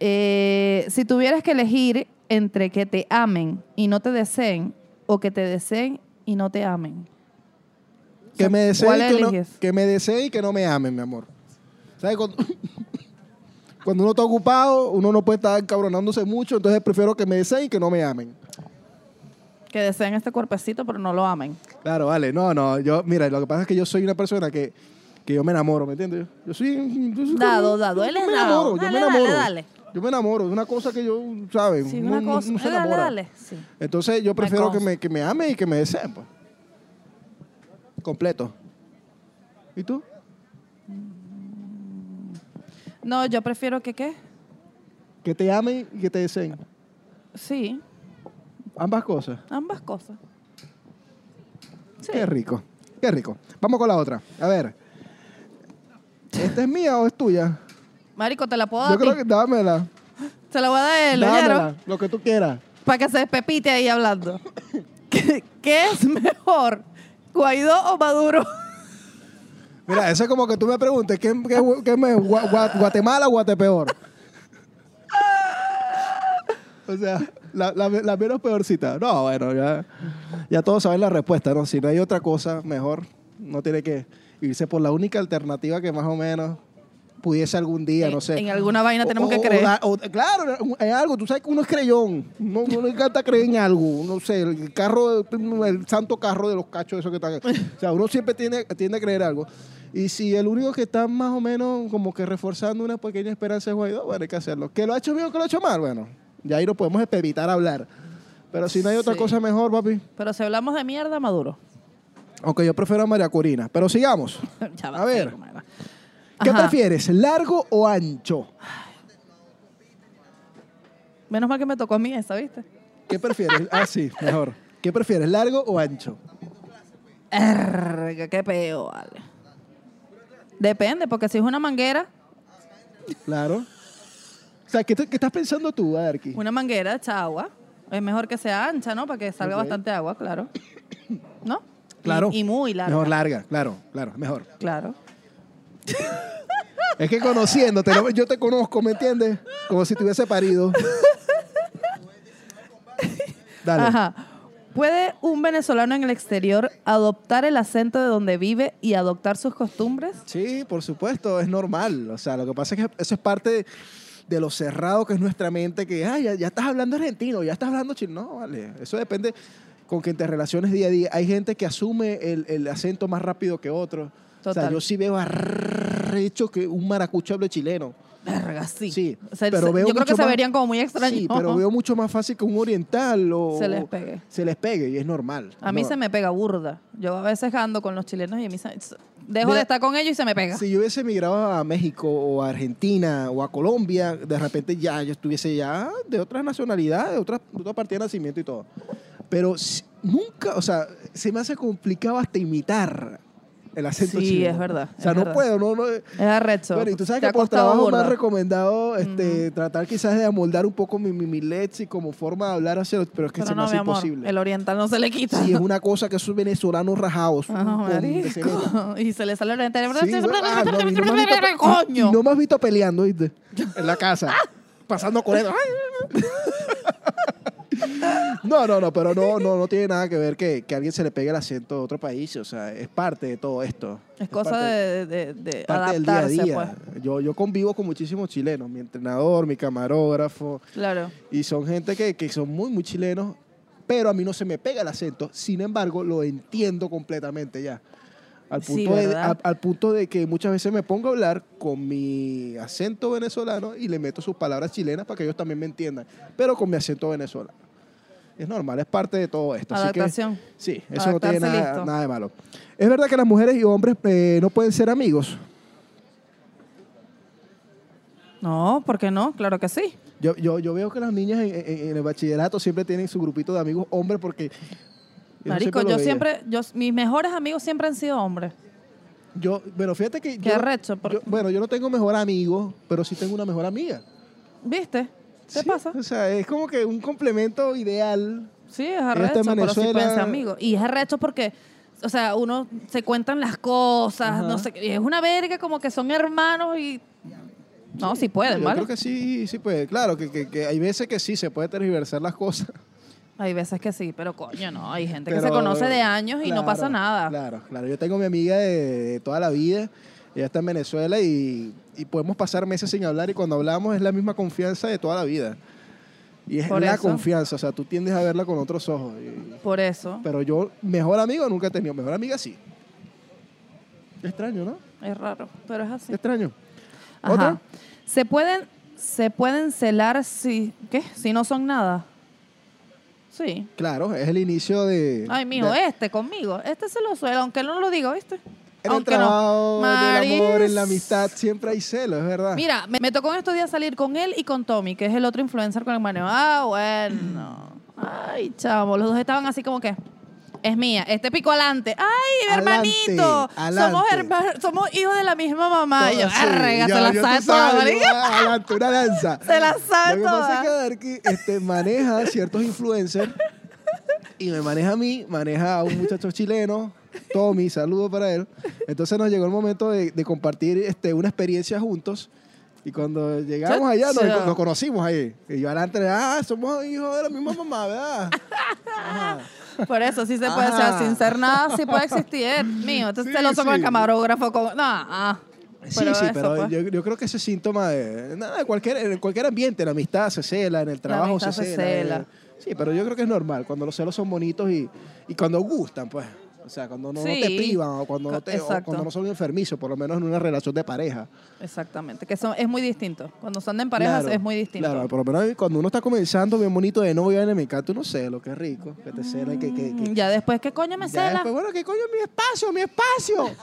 [SPEAKER 2] Eh, si tuvieras que elegir entre que te amen y no te deseen o que te deseen y no te amen. O sea,
[SPEAKER 1] Que me desee
[SPEAKER 2] ¿Cuál
[SPEAKER 1] y que, no,
[SPEAKER 2] eliges?
[SPEAKER 1] que me desee y que no me amen, mi amor. ¿Sabes? Cuando, cuando uno está ocupado, uno no puede estar cabronándose mucho, entonces prefiero que me deseen y que no me amen.
[SPEAKER 2] Que deseen este cuerpecito pero no lo amen.
[SPEAKER 1] Claro, vale. No, no, yo, mira, lo que pasa es que yo soy una persona que, que yo me enamoro, ¿me entiendes? Yo soy... yo soy
[SPEAKER 2] Dado,
[SPEAKER 1] como-
[SPEAKER 2] dado, él
[SPEAKER 1] yo
[SPEAKER 2] es
[SPEAKER 1] me
[SPEAKER 2] dado.
[SPEAKER 1] enamoro,
[SPEAKER 2] Dale,
[SPEAKER 1] yo me enamoro.
[SPEAKER 2] dale, dale.
[SPEAKER 1] Yo me enamoro, es una cosa que yo, ¿sabes?
[SPEAKER 2] Sí,
[SPEAKER 1] Uno-
[SPEAKER 2] una
[SPEAKER 1] uno-
[SPEAKER 2] cosa.
[SPEAKER 1] uno se
[SPEAKER 2] Eh, dale,
[SPEAKER 1] enamora.
[SPEAKER 2] dale. Sí.
[SPEAKER 1] Entonces yo prefiero que
[SPEAKER 2] consta.
[SPEAKER 1] me, que me amen y que me deseen, pues. Completo. ¿Y tú?
[SPEAKER 2] No, yo prefiero que qué.
[SPEAKER 1] Que te amen y que te deseen.
[SPEAKER 2] Sí,
[SPEAKER 1] Ambas cosas.
[SPEAKER 2] ambas cosas. Sí.
[SPEAKER 1] Qué rico. Qué rico. Vamos con la otra. A ver. ¿Esta es mía o es tuya?
[SPEAKER 2] Marico, te la puedo dar.
[SPEAKER 1] Yo
[SPEAKER 2] a ti.
[SPEAKER 1] creo que dámela.
[SPEAKER 2] Se la voy a dar a él,
[SPEAKER 1] Dámela. Lo que tú quieras.
[SPEAKER 2] Para que se despepite ahí hablando. ¿Qué, qué es mejor? ¿Guaidó o Maduro?
[SPEAKER 1] Mira, eso es como que tú me preguntes, ¿qué, qué, qué me- Gua- Gua- Guatemala o Guatepeor? o sea, la, la, la menos peorcita. No, bueno, ya, ya todos saben la respuesta, ¿no? Si no hay otra cosa, mejor no tiene que irse por la única alternativa que más o menos pudiese algún día,
[SPEAKER 2] En-
[SPEAKER 1] no sé.
[SPEAKER 2] en alguna vaina tenemos que
[SPEAKER 1] o
[SPEAKER 2] creer.
[SPEAKER 1] da- o- claro, en algo. Tú sabes que uno es creyón. No, uno le encanta creer en algo. No sé, el carro, el santo carro de los cachos, eso que están. O sea, uno siempre tiene, tiende a creer algo. Y si el único que está más o menos como que reforzando una pequeña esperanza es Guaidó, bueno, hay que hacerlo. ¿Que lo ha hecho bien o que lo ha hecho mal? Bueno, ya ahí no podemos evitar hablar. Pero si no hay otra
[SPEAKER 2] Sí.
[SPEAKER 1] cosa mejor, papi.
[SPEAKER 2] Pero si hablamos de mierda, Maduro.
[SPEAKER 1] Aunque yo prefiero a María Corina. Pero sigamos.
[SPEAKER 2] Ya va,
[SPEAKER 1] A ver.
[SPEAKER 2] sí, como era.
[SPEAKER 1] ¿Qué
[SPEAKER 2] Ajá.
[SPEAKER 1] prefieres, largo o ancho?
[SPEAKER 2] Menos mal que me tocó a mí esa, ¿viste?
[SPEAKER 1] ¿Qué prefieres? Ah, sí, mejor. ¿Qué prefieres, largo o ancho?
[SPEAKER 2] Erga, qué peo, vale. Depende, porque si es una manguera,
[SPEAKER 1] Claro. O sea, ¿qué, te- qué estás pensando tú, Arki?
[SPEAKER 2] una manguera echa agua. Es mejor que sea ancha, ¿no? Para que salga
[SPEAKER 1] Ok.
[SPEAKER 2] bastante agua, claro. ¿No?
[SPEAKER 1] Claro.
[SPEAKER 2] Y, y muy larga.
[SPEAKER 1] Mejor larga, claro, claro, mejor.
[SPEAKER 2] Claro.
[SPEAKER 1] Es que conociéndote, no- yo te conozco, ¿me entiendes? Como si te hubiese parido. Dale.
[SPEAKER 2] Ajá. ¿Puede un venezolano en el exterior adoptar el acento de donde vive y adoptar sus costumbres?
[SPEAKER 1] Sí, por supuesto, es normal. O sea, lo que pasa es que eso es parte de, de lo cerrado que es nuestra mente, que "Ay, ya, ya estás hablando argentino, ya estás hablando chino. No, vale, eso depende con quien te relaciones día a día. Hay gente que asume el, el acento más rápido que otro. O sea,
[SPEAKER 2] Total.
[SPEAKER 1] yo sí veo arrecho que un maracucho hable chileno.
[SPEAKER 2] Verga, sí.
[SPEAKER 1] Sí,
[SPEAKER 2] O sea,
[SPEAKER 1] pero
[SPEAKER 2] se-
[SPEAKER 1] veo
[SPEAKER 2] yo creo
[SPEAKER 1] mucho
[SPEAKER 2] que se
[SPEAKER 1] más-
[SPEAKER 2] verían como muy extraños.
[SPEAKER 1] Sí, pero veo mucho más fácil que un oriental o...
[SPEAKER 2] Se les pegue.
[SPEAKER 1] Se les pegue y es normal.
[SPEAKER 2] A mí
[SPEAKER 1] No.
[SPEAKER 2] se me pega burda. Yo a veces ando con los chilenos y a mí se- dejo
[SPEAKER 1] Mira,
[SPEAKER 2] de estar con ellos y se me pega.
[SPEAKER 1] Si yo hubiese emigrado a México o a Argentina o a Colombia, de repente ya yo estuviese ya de otra nacionalidad, de otra, de otra partida de nacimiento y todo. Pero si- nunca, o sea, se me hace complicado hasta imitar el acento
[SPEAKER 2] Sí,
[SPEAKER 1] chileno.
[SPEAKER 2] es verdad,
[SPEAKER 1] O sea,
[SPEAKER 2] es
[SPEAKER 1] no
[SPEAKER 2] verdad.
[SPEAKER 1] puedo, no, no.
[SPEAKER 2] Es arrecho.
[SPEAKER 1] Bueno, y tú sabes
[SPEAKER 2] Te
[SPEAKER 1] que
[SPEAKER 2] ha
[SPEAKER 1] por
[SPEAKER 2] costado
[SPEAKER 1] trabajo me
[SPEAKER 2] burda.
[SPEAKER 1] han recomendado este, tratar quizás de amoldar un poco mi, mi, mi léxico como forma de hablar hacia los, pero es que
[SPEAKER 2] Pero
[SPEAKER 1] se me
[SPEAKER 2] no,
[SPEAKER 1] hace
[SPEAKER 2] mi amor,
[SPEAKER 1] imposible.
[SPEAKER 2] el oriental no se le quita.
[SPEAKER 1] Sí, es una cosa que esos venezolanos rajados.
[SPEAKER 2] Ah,
[SPEAKER 1] donde se
[SPEAKER 2] marico.
[SPEAKER 1] meta.
[SPEAKER 2] Y se le sale el oriental.
[SPEAKER 1] Sí, güey. Ah, no, y no me has visto- y-
[SPEAKER 2] ¡Coño!
[SPEAKER 1] y No me has visto peleando, ¿viste? En la casa. pasando con él. No, no, no, pero no, no, no tiene nada que ver que, que a alguien se le pegue el acento de otro país. O sea, es parte de todo esto.
[SPEAKER 2] Es cosa
[SPEAKER 1] parte-
[SPEAKER 2] de, de- de
[SPEAKER 1] parte del día a
[SPEAKER 2] adaptarse,
[SPEAKER 1] día.
[SPEAKER 2] pues.
[SPEAKER 1] Yo, yo convivo con muchísimos chilenos, mi entrenador, mi camarógrafo,
[SPEAKER 2] Claro.
[SPEAKER 1] y son gente que, que son muy, muy chilenos, pero a mí no se me pega el acento. Sin embargo, lo entiendo completamente ya. Al
[SPEAKER 2] Sí,
[SPEAKER 1] punto, de,
[SPEAKER 2] ¿verdad?
[SPEAKER 1] a- al punto de que muchas veces me pongo a hablar con mi acento venezolano y le meto sus palabras chilenas para que ellos también me entiendan, pero con mi acento venezolano. Es normal, es parte de todo esto. así que-
[SPEAKER 2] Adaptación.
[SPEAKER 1] sí, eso no
[SPEAKER 2] Adaptarse
[SPEAKER 1] tiene
[SPEAKER 2] y
[SPEAKER 1] nada,
[SPEAKER 2] listo.
[SPEAKER 1] nada de malo. ¿Es verdad que las mujeres y hombres eh, no pueden ser amigos?
[SPEAKER 2] No, ¿por qué no? Claro que sí.
[SPEAKER 1] Yo, yo, yo veo que las niñas en, en- en el bachillerato siempre tienen su grupito de amigos hombres porque... no
[SPEAKER 2] Marico,
[SPEAKER 1] lo
[SPEAKER 2] yo
[SPEAKER 1] veía.
[SPEAKER 2] siempre, yo, mis mejores amigos siempre han sido hombres.
[SPEAKER 1] Yo, bueno, fíjate que...
[SPEAKER 2] Qué
[SPEAKER 1] yo,
[SPEAKER 2] arrecho, porque-
[SPEAKER 1] yo- Bueno, yo no tengo mejor amigo, pero sí tengo una mejor amiga.
[SPEAKER 2] ¿Viste? ¿Te
[SPEAKER 1] Sí,
[SPEAKER 2] pasa?
[SPEAKER 1] O sea, es como que un complemento ideal.
[SPEAKER 2] Sí, es
[SPEAKER 1] está en
[SPEAKER 2] arrecho, pero sí
[SPEAKER 1] Venezuela.
[SPEAKER 2] pueden ser amigos. Y es arrecho porque, o sea, uno se cuentan las cosas,
[SPEAKER 1] Ajá.
[SPEAKER 2] no sé, qué, y es una verga como que son hermanos y... No, sí pueden,
[SPEAKER 1] Yo
[SPEAKER 2] ¿vale?
[SPEAKER 1] creo que sí, sí puede. Claro, que, que- que hay veces que sí se puede tergiversar las cosas.
[SPEAKER 2] Hay veces que sí, pero coño, no, hay gente que se
[SPEAKER 1] Pero-
[SPEAKER 2] conoce de años y no
[SPEAKER 1] claro,
[SPEAKER 2] pasa nada.
[SPEAKER 1] Claro, claro. Yo tengo mi amiga de, de toda la vida. Ella está en Venezuela y, y podemos pasar meses sin hablar y cuando hablamos es la misma confianza de toda la vida. Y es
[SPEAKER 2] Por
[SPEAKER 1] la
[SPEAKER 2] eso.
[SPEAKER 1] confianza, o sea, tú tiendes a verla con otros ojos. Y-
[SPEAKER 2] Por eso,
[SPEAKER 1] pero yo, mejor amigo nunca he tenido, mejor amiga sí. Extraño, ¿no?
[SPEAKER 2] es raro, pero es así.
[SPEAKER 1] Extraño.
[SPEAKER 2] Ajá.
[SPEAKER 1] ¿Otra?
[SPEAKER 2] Se pueden, se pueden celar si, ¿qué? Si no son nada. Sí.
[SPEAKER 1] Claro, es el inicio de.
[SPEAKER 2] Ay, mijo,
[SPEAKER 1] de-
[SPEAKER 2] este conmigo, este se lo suela, aunque no lo diga, ¿viste?
[SPEAKER 1] En el
[SPEAKER 2] Aunque no.
[SPEAKER 1] trabajo, en el amor, en la
[SPEAKER 2] Maris.
[SPEAKER 1] amistad, siempre hay celos, es verdad.
[SPEAKER 2] Mira, me, me tocó en estos días salir con él y con Tommy, que es el otro influencer con el manejo. Ah, bueno. Ay, chamo, los dos estaban así como que. Es mía, este pico adelante. ¡Ay,
[SPEAKER 1] Adelante,
[SPEAKER 2] hermanito! Somos,
[SPEAKER 1] adelante.
[SPEAKER 2] herma- somos hijos de la misma mamá. Y yo,
[SPEAKER 1] Todo así.
[SPEAKER 2] "Arrega,
[SPEAKER 1] Ya,
[SPEAKER 2] se la
[SPEAKER 1] ya tú
[SPEAKER 2] sabe toda,
[SPEAKER 1] sabes,
[SPEAKER 2] marica".
[SPEAKER 1] ya, Adelante, una danza.
[SPEAKER 2] Se la sabe
[SPEAKER 1] Lo que pasa es que
[SPEAKER 2] toda.
[SPEAKER 1] Darky este, maneja ciertos influencers y me maneja a mí, maneja a un muchacho chileno, Tommy, saludo para él. Entonces nos llegó el momento de, de compartir este, una experiencia juntos. Y cuando llegamos allá,
[SPEAKER 2] Chacho.
[SPEAKER 1] nos, nos conocimos ahí. Y yo adelante, ah, somos hijos de la misma mamá, ¿verdad?
[SPEAKER 2] Por eso sí se puede, o sea,
[SPEAKER 1] Ajá.
[SPEAKER 2] sin ser nada, sí puede existir. Mío,
[SPEAKER 1] Ah.
[SPEAKER 2] entonces
[SPEAKER 1] Sí,
[SPEAKER 2] se lo hizo con el
[SPEAKER 1] sí.
[SPEAKER 2] camarógrafo. Como, no, ah,
[SPEAKER 1] Sí, sí,
[SPEAKER 2] eso,
[SPEAKER 1] pero
[SPEAKER 2] pues.
[SPEAKER 1] yo, yo creo que ese síntoma de nada, en cualquier, en cualquier ambiente, la amistad se cela, en el trabajo se,
[SPEAKER 2] amistad se
[SPEAKER 1] cela.
[SPEAKER 2] cela.
[SPEAKER 1] eh. Sí, pero yo creo que es normal, cuando los celos son bonitos y, y cuando gustan, pues. O sea, cuando no, no te
[SPEAKER 2] Sí.
[SPEAKER 1] privan o cuando no,
[SPEAKER 2] Co-
[SPEAKER 1] te, o
[SPEAKER 2] exacto.
[SPEAKER 1] cuando no son enfermizos, por lo menos en una relación de pareja.
[SPEAKER 2] Exactamente, que son, es muy distinto. Cuando son de en parejas
[SPEAKER 1] Claro,
[SPEAKER 2] es muy distinto.
[SPEAKER 1] Claro, por lo menos cuando uno está comenzando bien bonito de novio, en me encanta uno celo, qué rico, que te cela y que... que, que-
[SPEAKER 2] Mm, Ya después, ¿qué coño me
[SPEAKER 1] Ya
[SPEAKER 2] cela?
[SPEAKER 1] después, bueno, ¿qué coño? Mi espacio, mi espacio.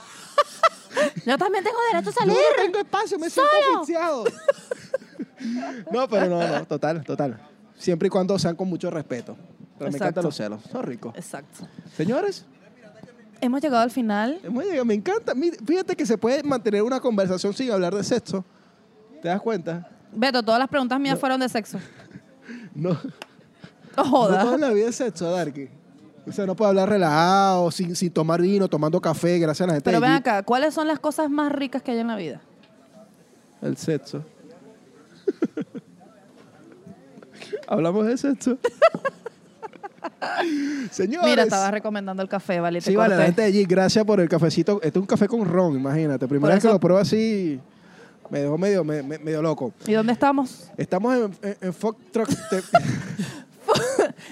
[SPEAKER 2] Yo también tengo derecho a
[SPEAKER 1] Yo
[SPEAKER 2] salir.
[SPEAKER 1] no tengo espacio, me siento
[SPEAKER 2] Solo.
[SPEAKER 1] asfixiado. no, pero no, no, total, total. Siempre y cuando sean con mucho respeto. Pero me
[SPEAKER 2] Exacto. Eh.
[SPEAKER 1] encantan los celos, son ricos.
[SPEAKER 2] Exacto.
[SPEAKER 1] Señores,
[SPEAKER 2] Hemos llegado al final.
[SPEAKER 1] hemos llegado, me encanta. Mire, Fíjate que se puede mantener una conversación sin hablar de sexo. ¿Te das cuenta?
[SPEAKER 2] Beto, todas las preguntas mías fueron de sexo.
[SPEAKER 1] No, no
[SPEAKER 2] No jodas.
[SPEAKER 1] toda la vida es sexo, Darky. O sea, no puede hablar relajado, sin, sin tomar vino, tomando café, gracias a la gente.
[SPEAKER 2] Pero
[SPEAKER 1] de
[SPEAKER 2] ven
[SPEAKER 1] allí.
[SPEAKER 2] acá, ¿cuáles son las cosas más ricas que hay en la vida?
[SPEAKER 1] El sexo. Hablamos de sexo. Señores.
[SPEAKER 2] Mira, estaba recomendando el café, ¿vale? Te
[SPEAKER 1] Sí, vale, la
[SPEAKER 2] corté.
[SPEAKER 1] gente de allí, gracias por el cafecito. Este es un café con ron, imagínate.
[SPEAKER 2] Por
[SPEAKER 1] Primera vez que
[SPEAKER 2] eso-
[SPEAKER 1] lo pruebo así, me dejó medio, me- me- medio loco.
[SPEAKER 2] ¿Y dónde estamos?
[SPEAKER 1] Estamos en, en, en Fox Truck. Te-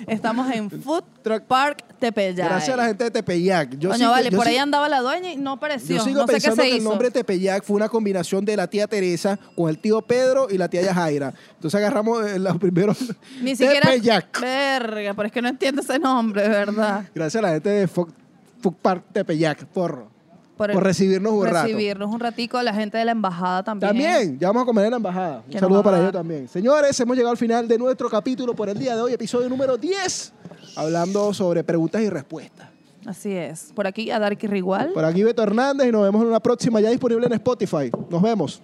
[SPEAKER 2] Estamos en Food
[SPEAKER 1] Truck.
[SPEAKER 2] Park Tepeyac.
[SPEAKER 1] gracias a la gente de Tepeyac. Yo
[SPEAKER 2] Coño,
[SPEAKER 1] sigo-
[SPEAKER 2] vale,
[SPEAKER 1] yo
[SPEAKER 2] por ahí
[SPEAKER 1] sigo-
[SPEAKER 2] andaba la dueña y no apareció.
[SPEAKER 1] Yo sigo
[SPEAKER 2] no sé qué
[SPEAKER 1] pensando
[SPEAKER 2] se
[SPEAKER 1] que el
[SPEAKER 2] hizo.
[SPEAKER 1] nombre Tepeyac fue una combinación de la tía Teresa con el tío Pedro y la tía Yajaira. Entonces agarramos eh, los primeros.
[SPEAKER 2] Ni siquiera.
[SPEAKER 1] Tepeyac.
[SPEAKER 2] Verga, pero es que no entiendo ese nombre, ¿verdad?
[SPEAKER 1] Gracias a la gente de Fox, Fox Park Tepeyac, porro.
[SPEAKER 2] el-
[SPEAKER 1] Por recibirnos un rato.
[SPEAKER 2] Recibirnos un ratico, la gente de la embajada también.
[SPEAKER 1] También, ya vamos a comer en la embajada.
[SPEAKER 2] Que
[SPEAKER 1] Un
[SPEAKER 2] nos
[SPEAKER 1] saludo para
[SPEAKER 2] va a
[SPEAKER 1] ellos
[SPEAKER 2] dar.
[SPEAKER 1] también. Señores, hemos llegado al final de nuestro capítulo por el día de hoy, episodio número 10, hablando sobre preguntas y respuestas.
[SPEAKER 2] Así es. Por aquí a Darky Rigual.
[SPEAKER 1] Por aquí Beto Hernández y nos vemos en una próxima ya disponible en Spotify. Nos vemos.